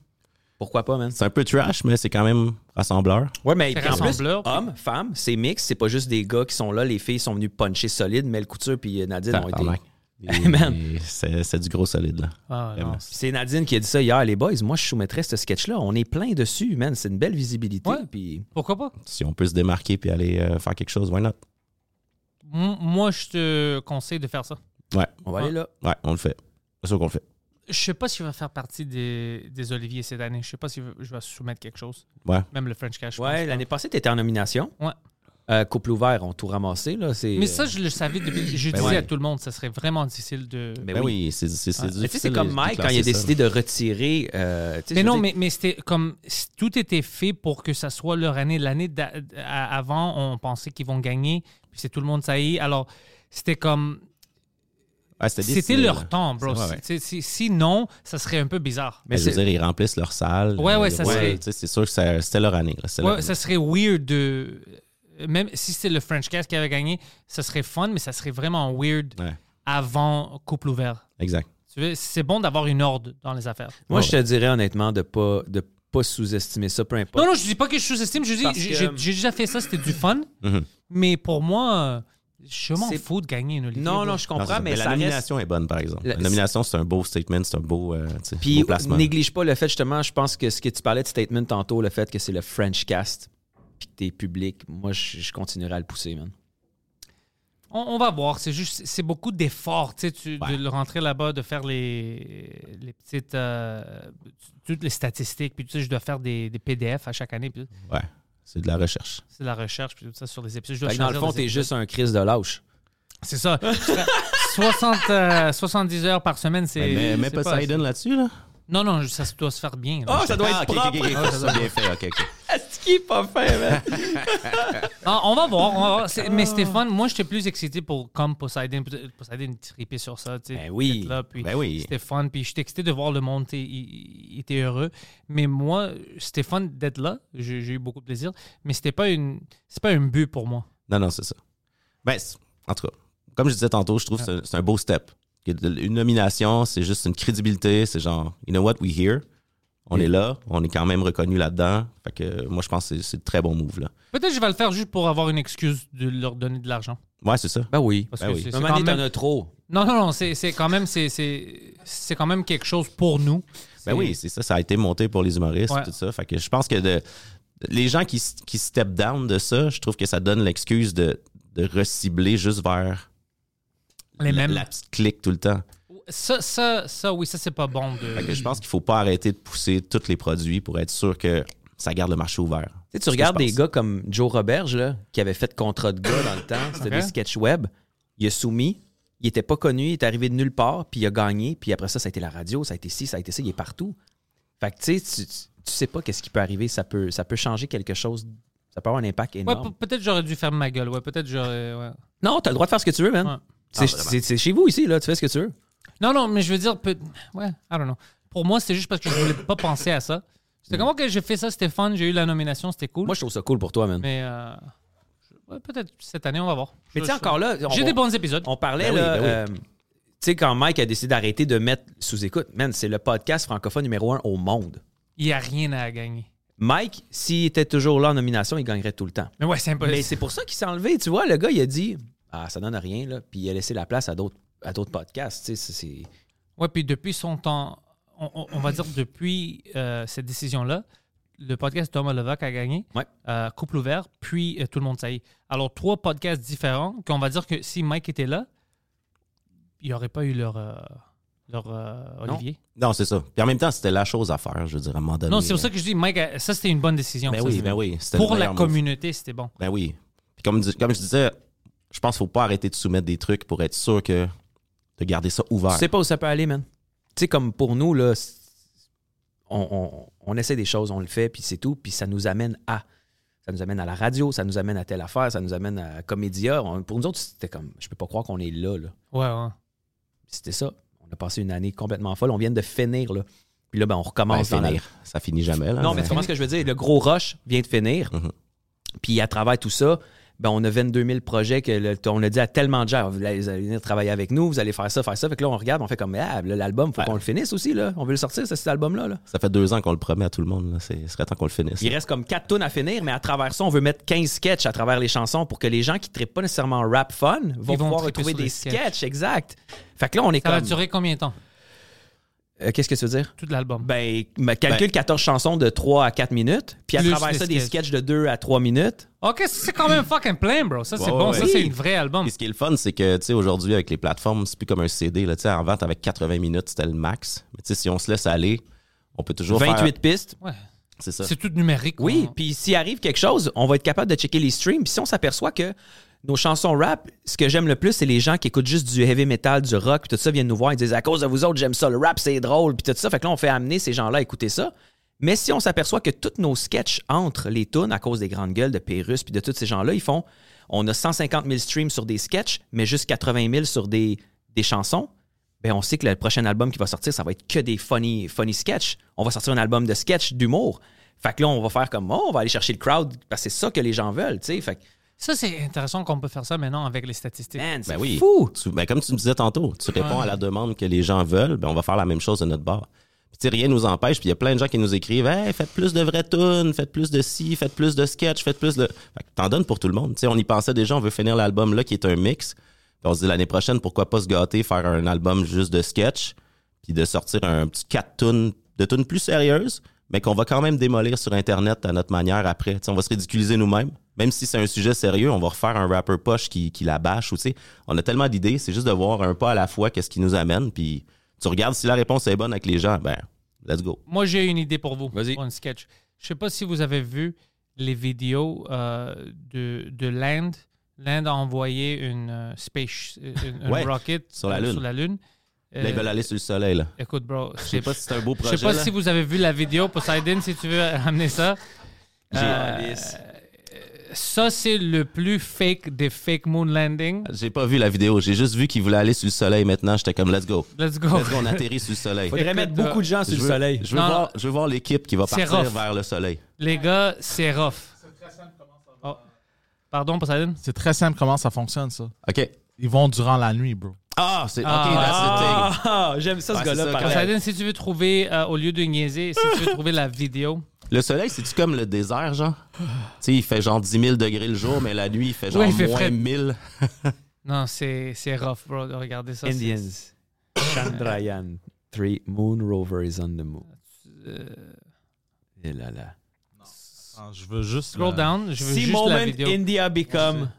pourquoi pas, man? C'est un peu trash, mais c'est quand même rassembleur. Ouais, mais C'est puis en plus, rassembleur, puis- hommes, femmes, c'est mix, c'est pas juste des gars qui sont là, les filles sont venues puncher solide, mais le couture puis euh, Nadine ont été. Tabarnak. Hey, man. Et C'est c'est du gros solide, là. Ah, non, Vraiment. Puis C'est Nadine qui a dit ça hier, les boys, moi je soumettrais ce sketch-là, on est plein dessus, man, c'est une belle visibilité. Ouais. Puis Pourquoi pas? Si on peut se démarquer puis aller euh, faire quelque chose, why not? M- moi, je te conseille de faire ça. Ouais, on va Ouais. aller là. ouais, on le fait. C'est sûr qu'on le fait. Je sais pas si je vais faire partie des, des Oliviers cette année. Je sais pas si je vais soumettre quelque chose. Ouais. Même le French Cash. je pense Ouais, pas. l'année passée, t'étais en nomination. Ouais. Euh, couple ouvert, on tout ramassé, là. c'est- euh, Mais ça, euh, je le savais depuis. Je Ben disais ouais. à tout le monde, ça serait vraiment difficile de. Mais Ben Eh oui. oui, c'est c'est- c'est Mais tu sais, difficile c'est de- comme de Mike quand classer il a ça, décidé de retirer. euh, tu sais, Mais je non, veux mais, dire, mais c'était comme si tout était fait pour que ça soit leur année. L'année d'a- à- avant, on pensait qu'ils vont gagner, puis c'est tout le monde ça y est. Alors, c'était comme. Ouais, c'était C'était décidé, là. leur temps, bro. Ouais, ouais. C'est- c'est- Sinon, ça serait un peu bizarre. mais Ben, je veux c'est- dire, ils remplissent leur salle. Ouais, ouais, Ils- ça serait- tu sais, C'est sûr que ça- c'était leur année. là, c'était leur Ouais, année. ça serait weird de. Même si c'était le French Cast qui avait gagné, ça serait fun, mais ça serait vraiment weird Ouais. avant couple ouvert. Exact. Tu veux, c'est bon d'avoir une ordre dans les affaires. moi, je te dirais honnêtement de pas, de pas sous-estimer ça, peu importe. Non, non, je dis pas que je sous-estime. Je dis, Parce j'ai, que- j'ai- j'ai déjà fait ça, c'était du fun. Mhm. Mais pour moi, euh, je m'en C'est- fous de gagner une Olivier. Non, bro. non, je Non, comprends, c'est ça. mais, Mais ça la reste- nomination est bonne, par exemple. La- La, nomination, c'est un beau statement, c'est un beau, euh, tu sais, Puis beau placement. néglige pas le fait, justement, je pense que ce que tu parlais de statement tantôt, le fait que c'est le French cast, puis que t'es public, moi, je, je continuerai à le pousser, man. On, on va voir. C'est juste, c'est beaucoup d'efforts, tu sais, tu- de le rentrer là-bas, de faire les, les petites, euh, toutes les statistiques. Puis tu sais, je dois faire des, des PDF à chaque année. Puis Ouais, c'est de la recherche. c'est de la recherche, puis tout ça sur les épisodes. Je dois Fait que dans le choisir fond, des t'es épisodes. juste un crise de lâche. C'est ça. 60, euh, 70 heures par semaine, c'est. Mais mets c'est pas Poseidon là-dessus, là. Non, non, je- ça se- Ah, doit se faire bien. là. ça doit être Ah, ok, propre. ok, ok, ok, ça, bien fait, ok, ok. Est-ce qu'il est pas fait, man? Ah, on va voir. on va voir. C'est- Mais Stéphane, moi, j'étais plus excité pour comme Poseidon. Peut-être Poseidon tripait sur ça. tu sais, Ben oui. d'être Là, puis Ben oui. Stéphane, puis j'étais excité de voir le monde. tu sais, Il, il était heureux. Mais moi, Stéphane, d'être là, j'ai j'ai eu beaucoup de plaisir. Mais c'était pas une, c'est pas un but pour moi. Non, non, c'est ça. Ben, c'est- en tout cas, comme je disais tantôt, je trouve que c'est un- c'est un beau step. Que de- Une nomination, c'est juste une crédibilité. C'est genre, you know what, we here. On est là, on est quand même reconnu là-dedans. Fait que moi, je pense que c'est- c'est un très bon move, là. Peut-être que je vais le faire juste pour avoir une excuse de leur donner de l'argent. Ouais, c'est ça. Ben oui. Parce Ben que oui. c'est- c'est Un moment quand donné, même- t'en as trop. Non, non, non, c'est c'est quand même c'est- c'est c'est quand même quelque chose pour nous. Ben oui, c'est ça. Ça a été monté pour les humoristes, Ouais. tout ça. Fait que je pense que de- les gens qui, s- qui step down de ça, je trouve que ça donne l'excuse de, de recibler juste vers Les la, mêmes. la petite clique tout le temps. Ça, ça, ça, oui, ça, c'est pas bon. De... Fait que je pense qu'il faut pas arrêter de pousser tous les produits pour être sûr que ça garde le marché ouvert. Tu sais, C'est tu ce que regardes je des pense. gars comme Joe Roberge, là, qui avait fait contrat de gars dans le temps, c'était des Ok. sketchs web. Il a soumis, il était pas connu, il est arrivé de nulle part, puis il a gagné, puis après ça, ça a été la radio, ça a été ci, ça a été ça, il est partout. Fait que tu sais, tu, tu sais pas qu'est-ce qui peut arriver, ça peut, ça peut changer quelque chose, ça peut avoir un impact Ouais, énorme. pe- peut-être j'aurais dû fermer ma gueule. Ouais, peut-être j'aurais. ouais. Non, t'as le droit de faire ce que tu veux, man. Ouais. C'est c'est- c'est chez vous ici, là, tu fais ce que tu veux. Non, non, mais je veux dire, peut- ouais, I don't know. Pour moi, c'est juste parce que je voulais pas penser à ça. C'était comment que j'ai fait ça, c'était fun, j'ai eu la nomination, c'était cool. Moi, je trouve ça cool pour toi, man. Mais euh, je- ouais, peut-être cette année, on va voir. Je- Mais tu sais, je- encore là, on- J'ai des bons épisodes. On parlait, Ben oui, là, ben oui. euh, tu sais, quand Mike a décidé d'arrêter de mettre sous écoute, man, c'est le podcast francophone numéro un au monde. Il n'y a rien à gagner. Mike, s'il était toujours là en nomination, il gagnerait tout le temps. Mais ouais, c'est impossible. Mais c'est pour ça qu'il s'est enlevé, tu vois. Le gars, il a dit, ah, ça donne rien, là. Puis il a laissé la place à d'autres à d'autres podcasts, tu sais. c'est- c'est- Ouais, puis depuis son temps, on, on- on va dire depuis euh, cette décision-là, le podcast Thomas Levac a gagné, Ouais. euh, Couple ouvert, puis euh, Tout le monde sait. Alors, trois podcasts différents qu'on va dire que si Mike était là, il n'y aurait pas eu leur, euh, leur euh, Olivier. Non, c'est ça. Puis en même temps, c'était la chose à faire, je veux dire, à un moment donné. Non, c'est pour ça que je dis, Mike, euh, ça c'était une bonne décision. Ah, Ben Ça, oui, c'est- ben oui. c'était Pour la le meilleur move. communauté, c'était bon. Ben oui. Puis comme, dis- comme je disais, je pense qu'il ne faut pas arrêter de soumettre des trucs pour être sûr que de garder ça ouvert. Tu sais pas où ça peut aller, man. Tu sais, comme pour nous, là, c'est- on, on- on essaie des choses, on le fait, puis c'est tout. Puis ça nous amène à. Ça nous amène à la radio, ça nous amène à telle affaire, ça nous amène à Comédia. On- pour nous autres, c'était comme, je peux pas croire qu'on est là, là. Ouais, ouais. C'était ça. On a passé une année complètement folle. On vient de finir, là. Puis là, ben, on Ben, recommence dans la- finir. Ça finit jamais. Là, Non, mais tu comprends ce que je veux dire? Le gros rush vient de finir. Mhm. Puis à travers tout ça, ben, on a 22 000 projets que le- on a dit à tellement de gens, vous allez, vous allez venir travailler avec nous, vous allez faire ça, faire ça. Fait que là, on regarde, on fait comme, ah, là, l'album, faut qu'on le finisse aussi, là. On veut le sortir, ce- cet album-là, là. Ça fait deux ans qu'on le promet à tout le monde. là. C'est- Il serait temps qu'on le finisse. Il reste comme 4 tonnes à finir, mais à travers ça, on veut mettre 15 sketchs à travers les chansons pour que les gens qui ne trippent pas nécessairement en rap fun vont Ils vont pouvoir tripper retrouver sur les des sketchs. sketchs. exact. Fait que là, on est Ça va comme... durer combien de temps Euh, Qu'est-ce que tu veux dire? Tout l'album. Ben, me calcule 14 chansons de 3 à 4 minutes, puis à Plus travers les ça, des sketchs. sketchs de 2 à 3 minutes. ok, ça, c'est quand même fucking plein, bro. Ça c'est Ouais, bon, ouais. ça c'est Oui. un vrai album. Puis ce qui est le fun, c'est que, tu sais, aujourd'hui, avec les plateformes, c'est plus comme un CD. Là. Tu sais, en vente, avec 80 minutes, c'était le max. Mais tu sais, si on se laisse aller, on peut toujours faire... 28 pistes. Ouais. C'est ça. C'est tout numérique. Oui, on- puis s'il arrive quelque chose, on va être capable de checker les streams. Puis si on s'aperçoit que nos chansons rap, ce que j'aime le plus, c'est les gens qui écoutent juste du heavy metal, du rock, puis tout ça, viennent nous voir et disent à cause de vous autres, j'aime ça, le rap, c'est drôle, puis tout ça. Fait que là, on fait amener ces gens-là à écouter ça. Mais si on s'aperçoit que tous nos sketchs entre les tunes à cause des grandes gueules de Pérus puis de tous ces gens-là, ils font on a 150 000 streams sur des sketchs, mais juste 80 000 sur des, des chansons. Ben, on sait que le prochain album qui va sortir, ça va être que des funny, funny sketchs. On va sortir un album de sketch d'humour. Fait que là, on va faire comme, oh, on va aller chercher le crowd parce que c'est ça que les gens veulent, tu sais. Fait que, Ça, c'est intéressant qu'on peut faire ça maintenant avec les statistiques. man, c'est Ben oui. fou! Tu- ben, comme tu me disais tantôt, tu réponds à la demande que les gens veulent, ben, on va faire la même chose de notre bord. Puis, tu sais, rien nous empêche. Puis il y a plein de gens qui nous écrivent Hey, faites plus de vraies tunes, faites plus de ci, faites plus de sketch, faites plus de. Fait que t'en donnes pour tout le monde. Tu sais, on y pensait déjà, on veut finir l'album là qui est un mix. Puis on se dit l'année prochaine, pourquoi pas se gâter, faire un album juste de sketch, puis de sortir un petit 4 tunes, de tunes plus sérieuses, mais qu'on va quand même démolir sur Internet à notre manière après. Tu sais, on va se ridiculiser nous-mêmes. Même si c'est un sujet sérieux, on va refaire un rapper poche qui, qui la bâche. Ou, tu sais, on a tellement d'idées, c'est juste de voir un pas à la fois qu'est-ce qui nous amène. Puis tu regardes si la réponse est bonne avec les gens, ben, let's go. Moi, j'ai une idée pour vous. Vas-y. Pour un sketch. Je sais pas si vous avez vu les vidéos euh, de, de l'Inde. L'Inde a envoyé une euh, space, euh, une, une Ouais, rocket sur la euh, Lune. Sur la lune. Euh, Là, ils veulent aller sur le soleil. Là. Écoute, bro, je Je sais sais pas, pas si c'est un beau je projet. sais pas là. si vous avez vu la vidéo Poseidon, si tu veux amener ça. Euh, ça, c'est le plus fake des fake moon landing. J'ai pas vu la vidéo. J'ai juste vu qu'ils voulaient aller sur le soleil maintenant. J'étais comme, let's go. Let's go. Let's go, on atterrit sur le soleil. Faudrait Écoute, mettre euh, beaucoup de gens sur Je le veux- soleil. Je veux Non, voir, je veux voir l'équipe qui va C'est partir rough. vers le soleil. Les gars, c'est rough. Oh. Pardon, Poseidon? C'est très simple comment ça fonctionne, ça. OK. Ils vont durant la nuit, bro. Ah, c'est OK, that's the thing. Ah, j'aime ça, Ouais, ce c'est gars-là. ça, pareil. quand Poseidon, si tu veux trouver, euh, au lieu de niaiser, si tu veux trouver la vidéo, Le soleil, c'est-tu comme le désert, genre? Tu sais, il fait genre 10 000 degrés le jour, mais la nuit, il fait genre Ouais, il fait moins frais. 1000. Non, c'est c'est rough, bro, de regarder ça. C'est- Indians. Chandrayaan 3, Moon Rover is on the moon. Euh, Et là là. Ah, je veux juste. Scroll down, je veux See juste moment la vidéo. India become.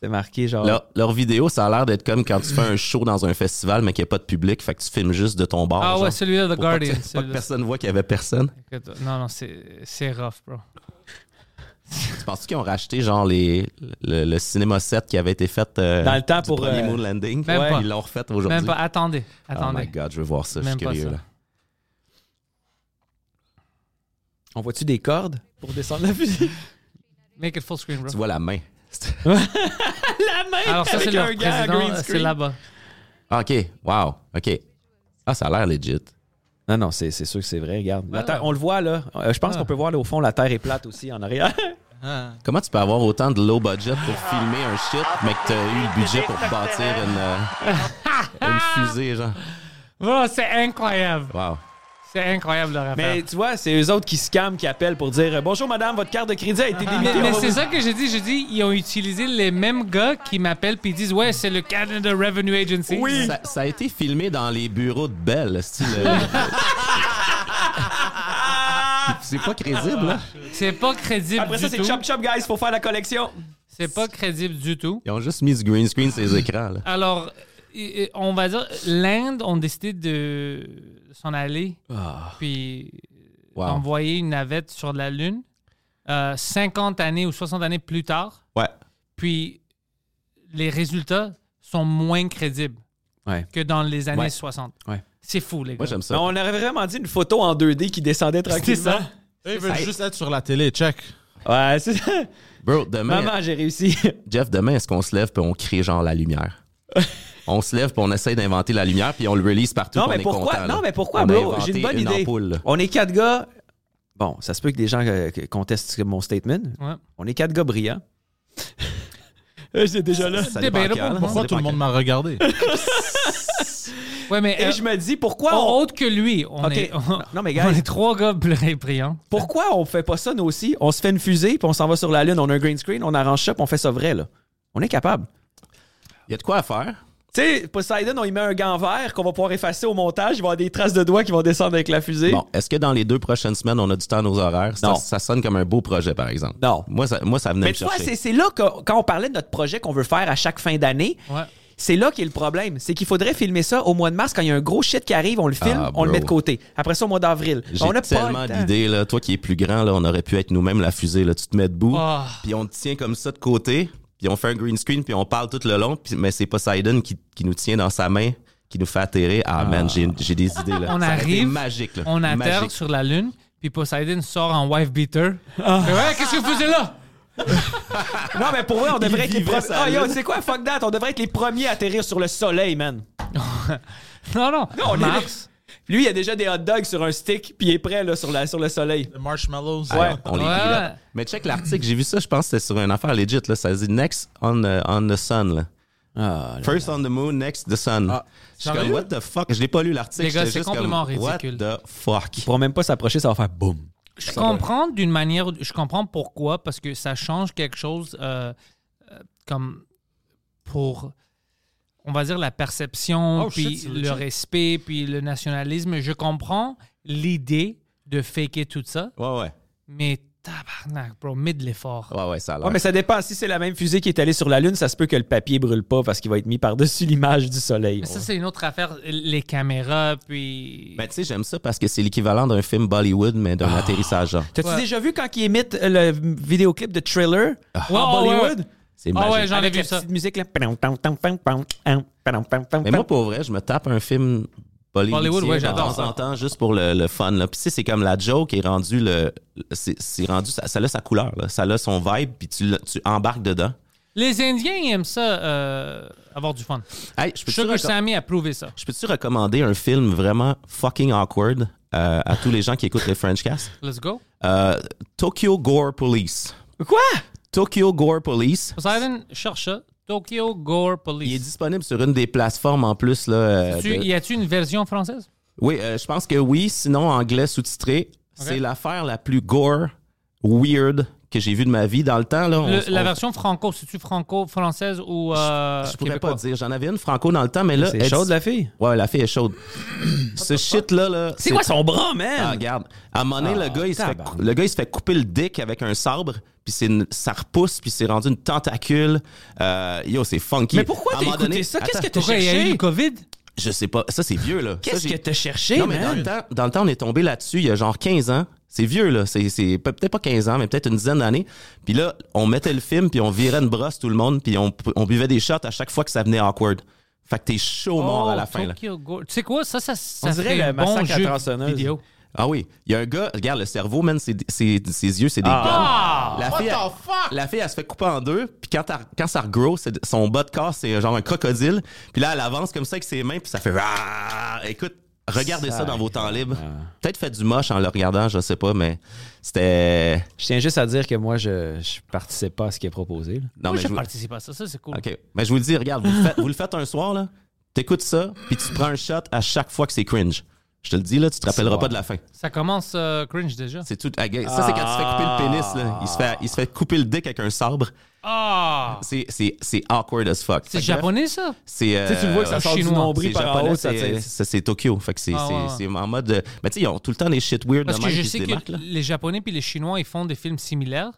C'est marqué genre. Leur, leur vidéo, ça a l'air d'être comme quand tu fais un show dans un festival, mais qu'il n'y a pas de public, fait que tu filmes juste de ton bar. Ah genre, ouais, celui-là, The pour pas que- Guardian. pas que, celui-là. personne voit qu'il n'y avait personne. Non, non, c'est c'est rough, bro. Tu penses qu'ils ont racheté, genre, les, le, le cinéma set qui avait été fait euh, Dans le temps du pour, premier euh, Moon Landing? Même pas. Ils l'ont refait aujourd'hui. Même pas, attendez, Oh my attendez. God, je veux voir ça, je suis Même pas curieux. ça. Là. On voit-tu des cordes pour descendre la musique? Make it full screen, bro. Tu vois la main. la main! Alors ça, c'est avec le un gars à green président, c'est screen. là-bas. Ah, OK, wow, OK. Ah, ça a l'air legit. Non, non, c'est c'est sûr que c'est vrai. Regarde. La Ouais, Terre- ouais. On le voit, là. Euh, je pense Ah. qu'on peut voir, là, au fond, la Terre est plate aussi en arrière. Comment tu peux avoir autant de low budget pour filmer un shit, mais que t'as eu le budget pour bâtir une, euh, une fusée, genre? Oh, c'est incroyable. Wow. C'est incroyable leur affaire. Mais tu vois, c'est eux autres qui scamment, qui appellent pour dire euh, Bonjour, madame, votre carte de crédit a été Mais, démitée. mais c'est ça que j'ai dit. J'ai dit, ils ont utilisé les mêmes gars qui m'appellent puis ils disent, ouais, c'est le Canada Revenue Agency. Ça, ça a été filmé dans les bureaux de Bell, style. euh, c'est pas crédible, hein? là. C'est pas crédible Après ça, du c'est tout. Chop Chop, guys, faut faire la collection. C'est pas crédible du tout. Ils ont juste mis du green screen sur les écrans, là. Alors, i- i- on va dire, l'Inde ont décidé de s'en aller Ah. puis Wow. d'envoyer une navette sur la Lune euh, 50 années ou 60 années plus tard. Ouais. Puis les résultats sont moins crédibles Ouais. que dans les années Ouais. 60. Ouais. C'est fou, les gars. Moi, j'aime Mais ça. on aurait vraiment dit une photo en 2D qui descendait C'est tranquillement. ça. Ils veulent juste être sur la télé, check. Ouais, c'est ça. Bro, demain, Maman, j'ai réussi. Jeff, demain, est-ce qu'on se lève puis on crée genre la lumière? on se lève puis on essaye d'inventer la lumière puis on le release partout. non, puis mais on est pourquoi? content, là. non, mais pourquoi, On a bro? inventé J'ai une bonne une idée. ampoule, là. On est quatre gars. Bon, ça se peut que des gens euh, que- contestent mon statement. Ouais. On est quatre gars brillants. Euh, c'est déjà là. Ça dépend Débat, quand, là. Pourquoi Ça tout le dépend monde m'a regardé? Ouais, mais Et euh, je me dis, pourquoi on... autre que lui, on Ok. est on, Non, mais gars, on est trois gars bl- brillants. pourquoi on fait pas ça, nous aussi? On se fait une fusée, puis on s'en va sur la Lune, on a un green screen, on arrange ça, puis on fait ça vrai, là. On est capable. Il y a de quoi à faire. Tu sais, Poseidon, on y met un gant vert qu'on va pouvoir effacer au montage. Il va y avoir des traces de doigts qui vont descendre avec la fusée. Bon, est-ce que dans les deux prochaines semaines, on a du temps à nos horaires? Ça, Non. ça sonne comme un beau projet, par exemple. Non. Moi, ça, moi, ça venait Mais me tu vois, chercher. c'est c'est là que, quand on parlait de notre projet qu'on veut faire à chaque fin d'année, Ouais. c'est là qu'est le problème. C'est qu'il faudrait filmer ça au mois de mars quand il y a un gros shit qui arrive, on le filme, Ah, on le bro. met de côté. Après ça, au mois d'avril. J'ai On a tellement pas le temps. d'idées, là. Toi qui es plus grand, là, on aurait pu être nous-mêmes la fusée, là. Tu te mets debout, Ah. puis on te tient comme ça de côté, puis on fait un green screen, puis on parle tout le long, puis- mais c'est Poseidon qui, qui nous tient dans sa main, qui nous fait atterrir. Ah, man, j'ai j'ai des idées, là. On Ça aurait été arrive, magique, là. On atterre Magique. sur la Lune, puis Poseidon sort en wife beater. Ah. Et Ouais, qu'est-ce que vous faisiez là? Non, mais pour vrai, on devrait être les vivrait premiers. sa Ah, yo, lune. tu sais quoi, fuck that, on devrait être les premiers à atterrir sur le soleil, man. Non, non. Non, on est- Mars. Lui, il y a déjà des hot dogs sur un stick, puis il est prêt là, sur, la, sur le soleil. Les marshmallows. Ouais, on les Ouais, pilote. ouais. Mais check l'article, j'ai vu ça, je pense que c'était sur une affaire legit, là. Ça dit Next on the, on the Sun, Ah, là. Ah. First on the moon, next the sun. je suis comme, what the fuck? Je l'ai pas lu l'article. Les gars, j'étais c'est juste comme, complètement ridicule. What the fuck? Il pourra même pas s'approcher, ça va faire boum. Je comprends d'une manière, je comprends pourquoi, parce que ça change quelque chose euh, euh, comme pour, on va dire, la perception, Ah, Oh, puis shit, c'est le legit. respect, puis le nationalisme. Je comprends l'idée de faker tout ça, Ouais, ouais. mais tabarnak, bro, mets de Oh, l'effort. Ouais, ouais, ça a l'air. Ouais, mais ça dépend. Si c'est la même fusée qui est allée sur la Lune, ça se peut que le papier brûle pas parce qu'il va être mis par-dessus l'image du soleil. Mais ça, c'est une autre affaire, les caméras, puis... Ben, tu sais, j'aime ça parce que c'est l'équivalent d'un film Bollywood, mais d'un Ah. atterrissage. genre. T'as-tu Ouais. déjà vu quand ils émettent euh, le vidéoclip de Thriller en ouais, ouais, ouais. Bollywood? C'est Ah magique. ouais, j'en ai Avec vu la ça. petite musique là. Mais mais moi, pour vrai, je me tape un film Bollywood. Bollywood, ouais, j'adore De temps ça. en temps, juste pour le, le fun. Là. Puis, tu sais, c'est comme la joke est rendue. Le, c'est, c'est rendu, ça, ça a sa couleur, là. ça a son vibe, puis tu, le- tu embarques dedans. Les Indiens ils aiment ça, euh, avoir du fun. Hey, je peux te Sugar Sammy a prouvé ça. Je peux-tu recommander un film vraiment fucking awkward euh, à tous les gens qui écoutent les Frenchcast? Let's go. Euh, Tokyo Gore Police. Quoi? Tokyo Gore Police. Poseidon, cherche ça. Tokyo Gore Police. Il est disponible sur une des plateformes en plus. Là, euh, Tu- de- Y a-tu une version française? Oui, euh, je pense que oui, sinon anglais sous-titré. C'est l'affaire la plus gore, weird que j'ai vue de ma vie. Dans le temps, là, on- Le- la on- version franco, c'est-tu franco-française ou euh, je pourrais québécois? pas dire. J'en avais une franco dans le temps, mais là. C'est elle- chaud de la fille. Ouais, la fille est chaude. Ce shit-là, là. C'est quoi son bras, Ah, man? regarde. À un moment donné, le, gars, il se fait, Ah, tabarnak. cou- le gars, il se fait couper le dick avec un sabre, puis c'est une- ça repousse, puis c'est rendu une tentacule. Euh, yo, c'est funky. Mais pourquoi À un t'as moment écouté donné- ça? Qu'est-ce Attends, que t'as Pourquoi il y a eu cherché? le COVID? Je sais pas. Ça, c'est vieux, là. Ça, Qu'est-ce j'ai- que t'as cherché, Non, mais dans le, man? temps, dans le temps, on est tombé là-dessus il y a genre 15 ans. C'est vieux, là. C'est, c'est pe- peut-être pas 15 ans, mais peut-être une dizaine d'années. Puis là, on mettait le film, puis on virait une brosse tout le monde, puis on, on buvait des shots à chaque fois que ça venait awkward. Fait que t'es chaud mort à la Oh, fin, là. Oh, Tokyo Gore. Tu sais quoi? Ça, ça, ça On dirait ferait le un bon massacre à jeu tronçonneuse. vidéo. Ah oui, il y a un gars, regarde le cerveau, man, ses, ses- ses yeux, c'est Ah. des guns. La fille, elle, la fille, elle se fait couper en deux, puis quand, elle- quand ça regrow, c'est- son bas de corps, c'est genre un crocodile. Puis là, elle avance comme ça avec ses mains, puis ça fait. Ah! Écoute, Regardez ça, Ça, dans vos temps libres. euh, Peut-être faites du moche en le regardant, je sais pas, mais c'était. Je tiens juste à dire que moi, je ne participe pas à ce qui est proposé. là. Non, Moi, mais je vous- participe à ça. Ça, c'est cool. OK. Mais je vous le dis, regarde, vous le faites, vous le faites un soir, là, t'écoutes ça, puis tu prends un shot à chaque fois que c'est cringe. Je te le dis, là, tu te rappelleras bon. pas de la fin. Ça commence euh, cringe déjà. C'est tout. ah, gars, Ça, c'est quand tu fais couper le pénis, là. Il se fait, il se fait couper le dick avec un sabre. Ah! C'est- C'est c'est awkward as fuck. C'est Fait que, japonais, ça? C'est. Tu sais, tu le vois que euh, ça sort du chinois, nombril c'est par en japonais, haut, ça c'est tire. c'est- c'est Tokyo. Fait que c'est Ah, c'est- ouais, ouais. c'est en mode. euh, Ben, tu sais, ils ont tout le temps des shit weird Parce de que même je qui se sais démarquent, que là. les Japonais puis les Chinois, ils font des films similaires.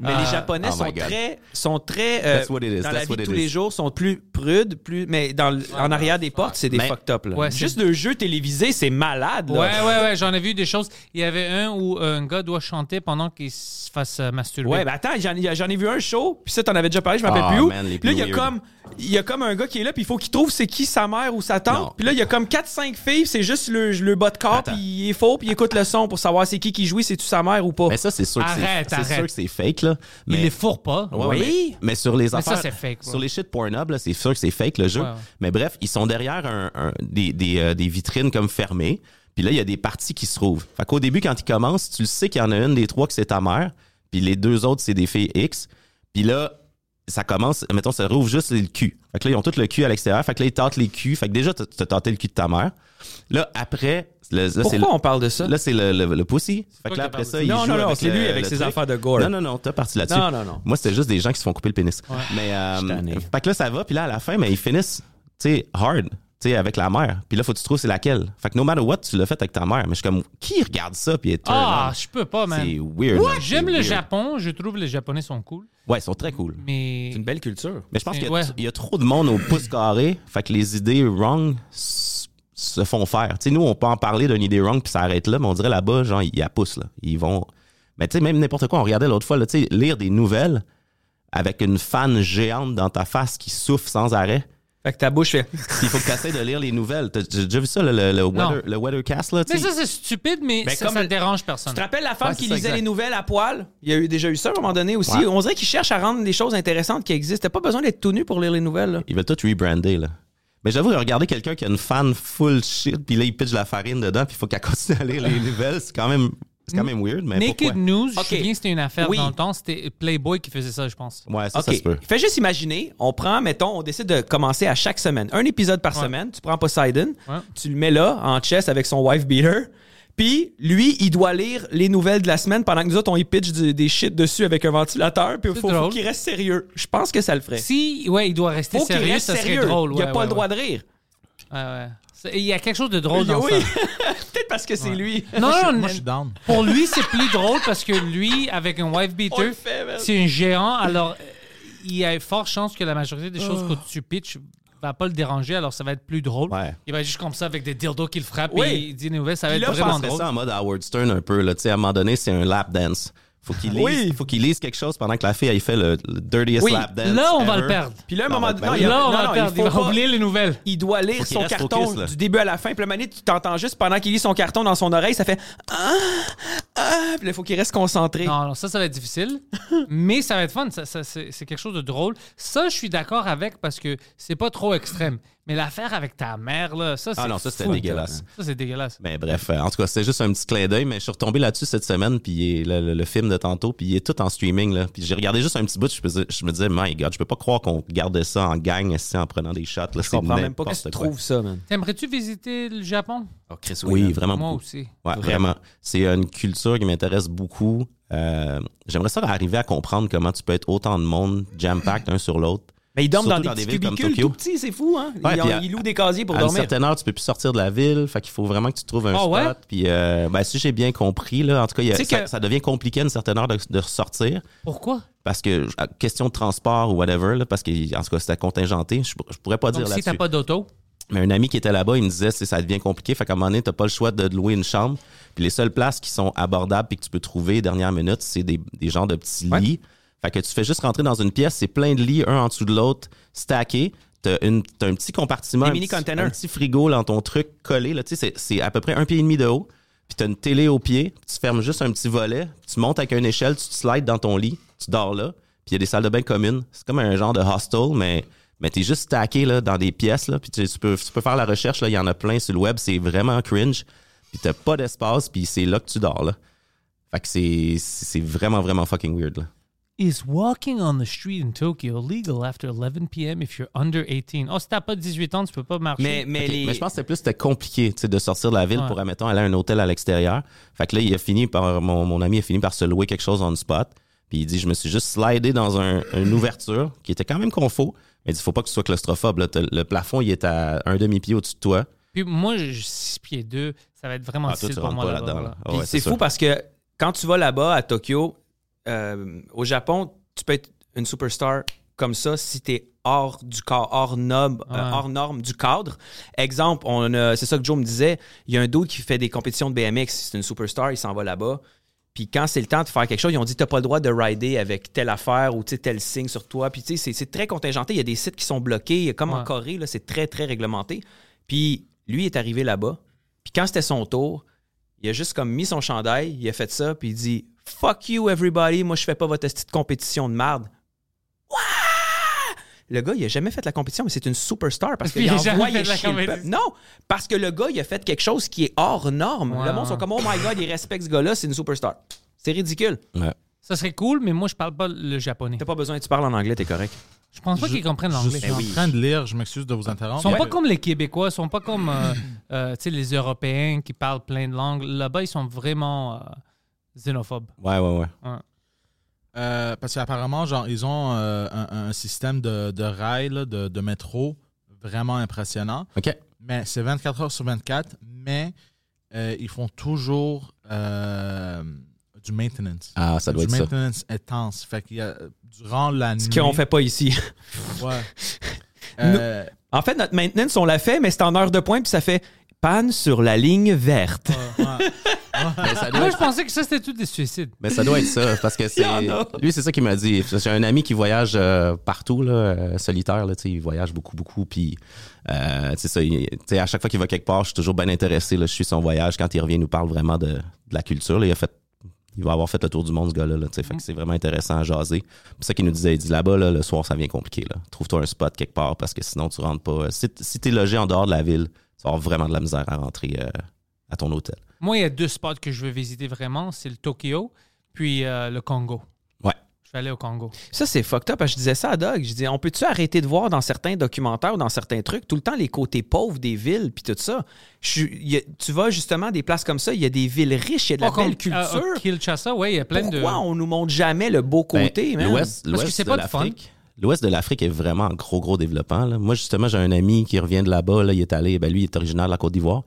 Mais Euh, les Japonais oh sont my God. très, sont très euh, That's what it is, dans la that's vie what de it tous is. les jours, sont plus prudes, plus mais dans le- en arrière des portes, c'est des Mais- fucked up. là. Ouais, c'est- Juste le jeu télévisé, c'est malade. Là. Ouais, ouais, ouais, j'en ai vu des choses. Il y avait un où euh, un gars doit chanter pendant qu'il se fasse euh, masturber. Ouais, bah, ben attends, j'en ai- j'en ai vu un show, puis ça, t'en avais déjà parlé, je m'appelle Ah, plus où. man, les plus là, il y, a weird. comme, il y a comme un gars qui est là, puis il faut qu'il trouve c'est qui sa mère ou sa Non. tante. Puis là, il y a comme 4-5 filles, c'est juste le, le bas de corps, Attends. puis il est faux, puis il écoute le son pour savoir c'est qui qui jouit, c'est-tu sa mère ou pas. Mais ça, c'est sûr que Arrête, c'est- c'est arrête. sûr que c'est fake, là. Il Mais- les fourre pas. Ouais, ouais, Oui. Mais, mais sur les Mais ça, affaires. c'est fake, ouais. Sur les shit Pornhub, là, c'est sûr que c'est fake le jeu. Ouais, ouais. Mais bref, ils sont derrière un- un- des, des, euh, des vitrines comme fermées. Puis là, il y a des parties qui se trouvent. Fait qu'au début, quand ils commencent, tu le sais qu'il y en a une des trois que c'est ta mère. Puis les deux autres, c'est des filles X. Puis là, ça commence, mettons, ça rouvre juste le cul. Fait que là, ils ont tout le cul à l'extérieur. Fait que là, ils tâtent les culs. Fait que déjà, t'as t'as tâté le cul de ta mère. Là, après, le- là, c'est le- Pourquoi on parle de ça? Là, c'est le, le, le pussy. Fait toi que là, qui après parles de ça, ça. il Non, joue non, non, avec c'est le- lui le avec ses truc. affaires de gore. Non, non, non, t'as parti là-dessus. Non, non, non. Moi, c'était juste des gens qui se font couper le pénis. Mais, euh, Je suis tanné. fait que là, ça va, puis là, à la fin, mais ils finissent, tu sais, hard, tu sais, avec la mère. Puis là, faut que tu trouves c'est laquelle. Fait que no matter what, tu l'as fait avec ta mère. Mais je suis comme, qui regarde ça, puis est Ah, turned je peux pas, on? C'est man. weird. man, c'est J'aime le weird. Japon. Je trouve les Japonais sont cool. Ouais, ils sont très cool. Mais. belle culture. Mais je pense qu'il y, a- Ouais. il y a trop de monde au pouce carré, fait que les idées wrong s- se font faire. Tu sais, nous, on peut en parler d'une idée wrong puis ça arrête là, mais on dirait là-bas, genre, ils la poussent, là. Ils vont. Mais tu sais, même n'importe quoi, on regardait l'autre fois, là, tu sais, lire des nouvelles avec une fan géante dans ta face qui souffle sans arrêt. Fait que ta bouche fait. Puis il faut que tu essaies de lire les nouvelles. T'as t'as déjà vu ça, le, le- le weather, le Weathercast, là? tu Mais sais? ça, c'est stupide, mais Mais ça, Ben, comme- ça dérange personne. Tu te rappelles la femme Ouais, c'est qui ça, lisait exact. les nouvelles à poil? Il y a eu, déjà eu ça à un moment donné aussi. Ouais. On dirait qu'ils cherchent à rendre des choses intéressantes qui existent. T'as pas besoin d'être tout nu pour lire les nouvelles. là. Ils veulent tout rebrander, là. Mais j'avoue, regarder quelqu'un qui a une fan full shit, puis là, il pitch de la farine dedans, puis il faut qu'elle continue à lire les nouvelles, c'est quand même, c'est quand même weird, mais Naked pourquoi? News, je me Ok. souviens, c'était une affaire Oui. dans le temps. C'était Playboy qui faisait ça, je pense. Ouais, ça, ça OK. se peut. Fais juste imaginer, on prend, mettons, on décide de commencer à chaque semaine. Un épisode par semaine. Tu prends Poseidon, Ouais. tu le mets là, en chess avec son wife beater. Puis, lui, il doit lire les nouvelles de la semaine pendant que nous autres, on y pitch du- des shit dessus avec un ventilateur. Puis, il C'est faut, faut drôle. qu'il reste sérieux. Je pense que ça le ferait. Si, ouais, il doit rester faut qu'il sérieux, reste ça serait sérieux. drôle. il n'y a ouais, pas ouais, le droit de rire. ouais. Ouais, ouais. C'est- Il y a quelque chose de drôle dans oui, ça. peut-être parce que c'est lui. Non, non, Moi, je suis down. Pour lui, c'est plus drôle parce que lui, avec un wife On le beater, fait, man. c'est un géant. Alors, euh, il y a fort chance que la majorité des choses Oh. que tu pitches va pas le déranger. Alors, ça va être plus drôle. Ouais. Il va être juste comme ça avec des dildos qu'il frappe Oui. et il dit des nouvelles. Ça va Puis être là, Je Vraiment vraiment penserais drôle. ça en mode Howard Stern un peu. Là. Tu sais, À un moment donné, c'est un lap dance. Faut qu'il lise, Oui. faut qu'il lise quelque chose pendant que la fille elle fait le, le dirtiest Oui. lap dance. Là, on va ever. le perdre. Puis là, à un Non, moment ben non, oui. il y a- Là, on non, va non, le il perdre. Il faut va pas- oublier les nouvelles. il doit lire Faut qu'il son reste au carton kiss, là. du début à la fin. Puis le moment donné, tu t'entends juste pendant qu'il lit son carton dans son oreille, ça fait ah ah. Puis là, il faut qu'il reste concentré. Non, non, ça, ça va être difficile, mais ça va être fun. Ça, ça, c'est c'est quelque chose de drôle. Ça, je suis d'accord avec parce que c'est pas trop extrême. Mais l'affaire avec ta mère, là, ça, c'est. Ah non, ça, c'était fou. dégueulasse. Ça, c'est dégueulasse. Mais bref, euh, en tout cas, c'était juste un petit clin d'œil, mais je suis retombé là-dessus cette semaine, puis il est- le, le- le film de tantôt, puis il est tout en streaming. Là. Puis j'ai regardé juste un petit bout, je me, disais- je me disais, my god, je peux pas croire qu'on regardait ça en gang esti, en prenant des shots. Là, Je comprends même pas que qu'est-ce tu trouves ça, man. T'aimerais-tu visiter le Japon? Oh, Oui, vraiment Moi beaucoup. aussi. Ouais, vraiment. C'est une culture qui m'intéresse beaucoup. Euh, J'aimerais ça arriver à comprendre comment tu peux être autant de monde jam-packed un sur l'autre. Mais ils dorment Surtout dans dans des des petits villes comme cubicules Tokyo. tout petits, c'est fou, hein. Ouais, ils, puis ont- à- ils louent des casiers pour à une dormir. certaine heure, tu peux plus sortir de la ville. Fait qu'il faut vraiment que tu trouves un Ah spot. ouais? Puis, euh, ben, si j'ai bien compris, là, en tout cas, il y a- Tu sais ça, que- ça devient compliqué à une certaine heure de, de sortir. Pourquoi? Parce que, à- question de transport ou whatever, là, parce que, en tout cas, c'était contingenté. Je, je pourrais pas Donc, dire si là-dessus. t'as pas d'auto, Mais un ami qui était là-bas, il me disait, c'est- ça devient compliqué. Fait qu'à un moment donné, t'as pas le choix de louer une chambre. Puis les seules places qui sont abordables et que tu peux trouver dernière minute, c'est des, des genres de petits Ouais. lits. Fait que tu fais juste rentrer dans une pièce, c'est plein de lits, un en dessous de l'autre, stackés. T'as une- t'as un petit compartiment, Des un, mini petit, containers. un petit frigo dans ton truc collé. Là, tu sais, c'est- c'est à peu près un pied et demi de haut. Puis t'as une télé au pied, tu fermes juste un petit volet, tu montes avec une échelle, tu te slides dans ton lit, tu dors là. Puis il y a des salles de bain communes. C'est comme un genre de hostel, mais, Mais t'es juste stacké là, dans des pièces, là, puis tu, tu peux, tu peux faire la recherche, là, il y en a plein sur le web, c'est vraiment cringe, puis t'as pas d'espace, puis c'est là que tu dors. Là. Fait que c'est- c'est vraiment, vraiment fucking weird. Là. Is walking on the street in Tokyo legal after 11 p.m. if you're under 18? Oh, si t'as pas 18 ans, tu peux pas marcher. Mais, mais, Ok, les- Mais je pense que c'était plus c'était compliqué tu sais, de sortir de la ville Ouais. pour, admettons, aller à un hôtel à l'extérieur. Fait que là, il a fini par, mon, mon ami a fini par se louer quelque chose on the spot. Puis il dit, je me suis juste slidé dans un- une ouverture qui était quand même confo. Mais il dit, faut pas que tu sois claustrophobe. là. T'as- Le plafond, il est à un demi-pied au-dessus de toi. Puis moi, je 6 pieds 2, ça va être vraiment Ah, toi, difficile tu pour rentres moi pas là-bas. là-dedans. là. là. Ah Puis ouais, c'est fou sûr. parce que quand tu vas là-bas à Tokyo, euh, au Japon, tu peux être une superstar comme ça si tu es hors du corps, hors, nob- euh, Ouais. hors norme du cadre. Exemple, on a- c'est ça que Joe me disait, il y a un dos qui fait des compétitions de BMX, c'est une superstar, il s'en va là-bas. Puis quand c'est le temps de faire quelque chose, ils ont dit t'as pas le droit de rider avec telle affaire ou tu sais, tel signe sur toi. Puis tu sais, c'est- c'est très contingenté. Il y a des sites qui sont bloqués, comme en Ouais. Corée, là, c'est très très réglementé. Puis lui est arrivé là-bas. Puis quand c'était son tour, il a juste comme mis son chandail, il a fait ça, puis il dit Fuck you everybody, moi je fais pas votre petite compétition de marde. Ouah! Le gars, il a jamais fait la compétition, mais c'est une superstar parce Puis qu'il il a a jamais envoyé fait la chier le compétition. peuple. Non, parce que le gars, il a fait quelque chose qui est hors norme. Ouais. Le monde sont comme Oh my god, il respecte ce gars-là, c'est une superstar. C'est ridicule. Ouais. Ça serait cool, mais moi, je parle pas le japonais. T'as pas besoin, tu parles en anglais, t'es correct. Je pense pas Ah, qu'ils comprennent Je l'anglais. suis en train de lire, je m'excuse de vous Ah interrompre. Ils sont pas comme les Québécois, ils sont pas comme euh, euh, tu sais, les Européens qui parlent plein de langues. Là-bas, ils sont vraiment euh, xénophobes. Ouais, ouais, ouais. Euh, parce qu'apparemment, genre, ils ont euh, un, un système de, de rail, là, de, de métro vraiment impressionnant. OK. Mais c'est 24 heures sur 24, mais euh, ils font toujours euh, du maintenance. Ah, ça doit du être ça. maintenance intense. Fait qu'il y a durant la nuit. Ce qu'on fait pas ici. Ouais. Euh, En fait, notre maintenance, on l'a fait, mais c'est en heure de pointe, puis ça fait panne sur la ligne verte. ouais. Mais ça doit Moi, être je pensais que ça, c'était tout des suicides. Mais Ben, ça doit être ça, parce que c'est. Il y en a. Lui, c'est ça qu'il m'a dit. J'ai un ami qui voyage euh, partout, là, euh, solitaire, là, tu sais, il voyage beaucoup, beaucoup. Puis, euh, tu sais, ça, il- tu sais, à chaque fois qu'il va quelque part, je suis toujours bien intéressé. Là, je suis son voyage. Quand il revient, il nous parle vraiment de, de la culture. là. il, a fait, il va avoir fait le tour du monde, ce gars-là. là, tu sais. Mm. fait que c'est vraiment intéressant à jaser. Puis ça qu'il nous disait, il dit là-bas, là, le soir, ça vient compliqué. là. Trouve-toi un spot quelque part, parce que sinon, tu rentres pas. Si, t- si t'es logé en dehors de la ville, tu vas avoir vraiment de la misère à rentrer euh, à ton hôtel. Moi, il y a deux spots que je veux visiter vraiment. C'est le Tokyo, puis euh, le Congo. Ouais. Je vais aller au Congo. Ça, c'est fucked up. parce que Je disais ça à Doug. Je disais, on peut-tu arrêter de voir dans certains documentaires ou dans certains trucs tout le temps les côtés pauvres des villes puis tout ça? Je suis- il y a- tu vas justement à des places comme ça, il y a des villes riches, il y a de la Pas comme- belle culture. à- à euh, Kinshasa, ouais, il y a plein Pourquoi de. on nous montre jamais le beau Ben, côté? man? Parce L'Ouest, que l'Ouest c'est de pas de fun. l'Afrique. L'Ouest de l'Afrique est vraiment en gros, gros développement. là. Moi, justement, j'ai un ami qui revient de là-bas. Là, il est allé, ben, lui, il est originaire de la Côte d'Ivoire.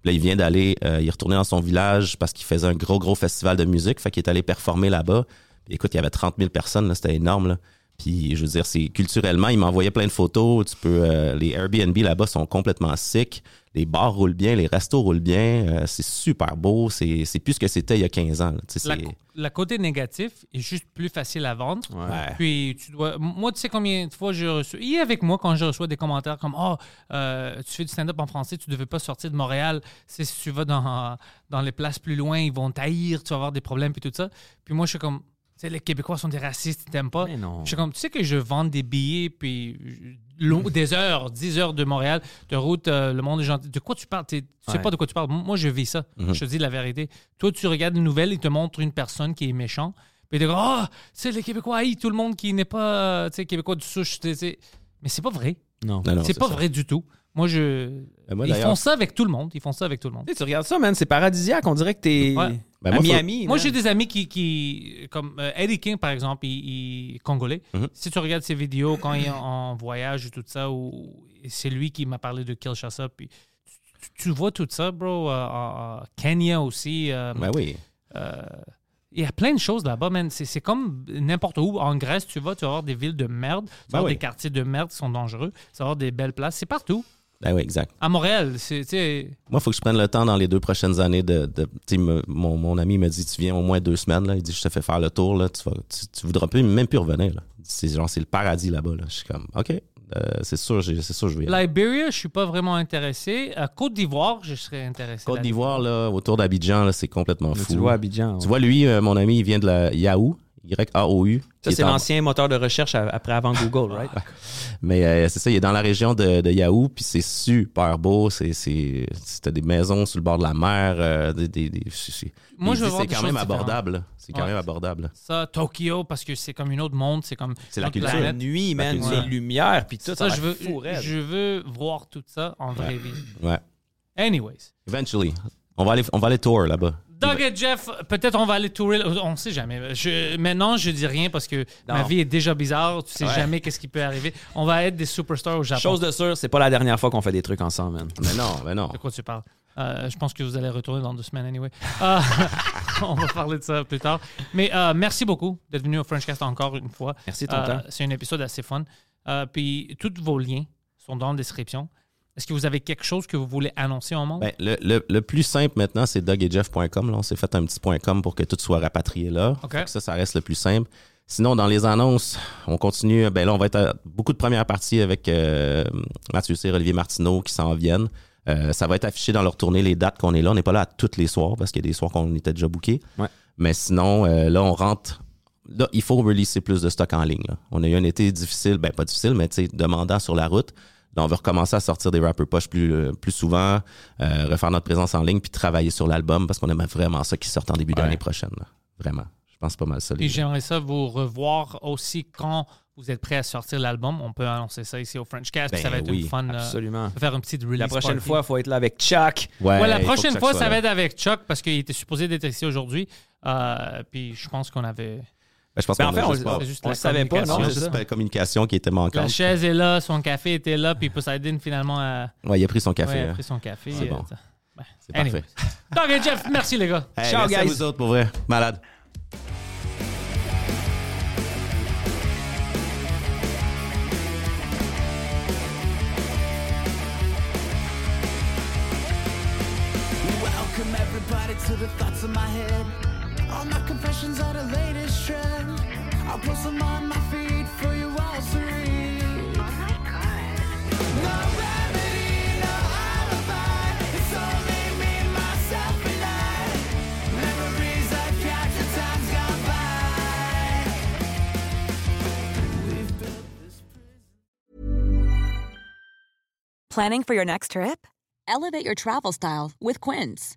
Puis Là, il vient d'aller, euh, il est retourné dans son village parce qu'il faisait un gros, gros festival de musique. Fait qu'il est allé performer là-bas. Puis Écoute, il y avait 30 000 personnes, là, c'était énorme. là. Puis, je veux dire, c'est culturellement, il m'envoyait plein de photos. Tu peux, euh, les Airbnb là-bas sont complètement sick. Les bars roulent bien, les restos roulent bien. Euh, c'est super beau. C'est c'est plus ce que c'était il y a 15 ans. là. Tu sais, La, c'est- co- la côté négatif est juste plus facile à vendre. Ouais. Puis tu dois. Moi, tu sais combien de fois j'ai reçu. Il est avec moi quand je reçois des commentaires comme Oh, euh, tu fais du stand-up en français, tu devais pas sortir de Montréal. C'est si tu vas dans, dans les places plus loin, ils vont taillir, tu vas avoir des problèmes, puis tout ça. Puis moi, je suis comme. Tu sais, les Québécois sont des racistes, ils t'aiment pas. Mais non. Je suis comme, tu sais que je vends des billets, puis je- long- des heures, 10 heures de Montréal, de route, euh, le monde est gentil. De quoi tu parles? T'es- Tu sais Ouais. pas de quoi tu parles. Moi, je vis ça. Je te dis la vérité. Toi, tu regardes une nouvelle, ils te montrent une personne qui est méchante. Puis ils te disent, oh, c'est les Québécois haïs tout le monde qui n'est pas, euh, tu sais, Québécois du souche. tu sais, c'est- Mais c'est pas vrai. Non. Non, non, C'est pas ça. vrai du tout. Moi, je. Ben, moi, ils d'ailleurs- font ça avec tout le monde. Ils font ça avec tout le monde. Tu sais, tu regardes ça, man, c'est paradisiaque. On dirait que t'es Ouais. Ben, à moi, faut- Miami. Moi, man. j'ai des amis qui, qui comme euh, Eddie King, par exemple, il, il est congolais. Mhm. Si tu regardes ses vidéos quand il est en voyage et tout ça, ou c'est lui qui m'a parlé de Kinshasa. Puis tu, tu- tu vois tout ça, bro. euh, en- en Kenya aussi. euh, Ben oui. euh, il y a plein de choses là-bas, man. C'est c'est comme n'importe où. En Grèce, tu vas, tu vas avoir des villes de merde, tu vas Ben avoir oui. des quartiers de merde qui sont dangereux, tu vas avoir des belles places. C'est partout. Ben oui, exact. À Montréal, c'est, tu sais, Moi, il faut que je prenne le temps dans les deux prochaines années de. de- tu sais, me- mon, mon ami me dit Tu viens au moins deux semaines. Là. Il dit Je te fais faire le tour. Là. Tu, vas, tu, tu voudras plus, même plus revenir. là. C'est genre, c'est le paradis là-bas. Là. Je suis comme OK, euh, c'est sûr, j'ai- c'est sûr, je vais y aller. Liberia, je suis pas vraiment intéressé. À Côte d'Ivoire, je serais intéressé. Côte d'aller. d'Ivoire, là, autour d'Abidjan, là, c'est complètement Mais fou. Tu le vois, à Abidjan. Tu vois, lui, euh, mon ami, il vient de la Yahoo. Y-A-O-U. Ça, qui c'est est en- l'ancien moteur de recherche à- après avant Google, right? Mais euh, c'est ça, il est dans la région de, de Yahoo, puis c'est super beau. C'est, c'est, c'est- t'as des maisons sur le bord de la mer. euh, des, des- des- c'est- c'est- Moi, il je dit, veux voir C'est des quand choses même différentes. abordable. là. C'est quand Ouais. même abordable. Ça, Tokyo, parce que c'est comme une autre monde, c'est comme. C'est la notre culture. La planète. nuit, man, Ouais. les lumières, puis tout. Ça, va je veux, fou raide. je veux voir tout ça en vraie vie. Ouais. Anyways. Eventually. On va aller, on va aller tour là-bas. Doug et Jeff, peut-être on va aller tourer. On sait jamais. Je, maintenant, je dis rien parce que Non. ma vie est déjà bizarre. Tu sais Ouais. jamais qu'est-ce qui peut arriver. On va être des superstars au Japon. Chose de sûre, c'est pas la dernière fois qu'on fait des trucs ensemble, man. Mais non, mais non. De quoi tu parles? Euh, je pense que vous allez retourner dans deux semaines anyway. Euh, on va parler de ça plus tard. Mais euh, merci beaucoup d'être venu au Frenchcast encore une fois. Merci de ton Euh, temps. C'est un épisode assez fun. Euh, puis tous vos liens sont dans la description. Est-ce que vous avez quelque chose que vous voulez annoncer au monde? Ben, le, le- le plus simple maintenant, c'est dogejeff.com. Là, on s'est fait un petit point .com pour que tout soit rapatrié là. OK. Fait que Ça, ça reste le plus simple. Sinon, dans les annonces, on continue. Ben là, on va être à beaucoup de premières parties avec euh, Mathieu Cyr, Olivier Martineau qui s'en viennent. Euh, ça va être affiché dans leur tournée les dates qu'on est là. On n'est pas là à tous les soirs parce qu'il y a des soirs qu'on était déjà bookés. Ouais. Mais sinon, euh, là, on rentre. Là, il faut releaser plus de stock en ligne. là. On a eu un été difficile, ben pas difficile, mais tu sais, demandant sur la route. Là, on va recommencer à sortir des rappers poches plus, euh, plus souvent, euh, refaire notre présence en ligne, puis travailler sur l'album parce qu'on aimerait vraiment ça qui sort en début d'année prochaine. là. Vraiment. Je pense pas mal ça. les Puis gars. j'aimerais ça vous revoir aussi quand vous êtes prêt à sortir l'album. On peut annoncer ça ici au Frenchcast. puis ça Ben va être oui, une fun. euh, Absolument. on peut faire une petite release. La prochaine party. fois, il faut être là avec Chuck. Ouais, la il faut que prochaine Chuck fois, soit ça là. va être avec Chuck parce qu'il était supposé d'être ici aujourd'hui. Euh, puis je pense qu'on avait. Ben, je pense Ben, en qu'on a fait, on juste pas- on c'est juste le la savait pas, on non? a c'est juste ça? pas la communication qui était La manquante. chaise est là, son café était là, puis Poseidon finalement a, Ouais, il a pris son café. ouais, a hein. pris son café. euh, C'est bon. ça. Ouais. C'est Anyway. parfait. Doug et Jeff, merci les gars. Hey, Ciao, merci à guys. vous autres, pour vrai. Malade. Welcome everybody to the thoughts of my head. All my confessions are the latest trend. I'll post them on my feed for you all to read. No remedy, no alibi. It's only me, myself, and I. Memories I capture, time's gone by. Planning for your next trip? Elevate your travel style with Quince.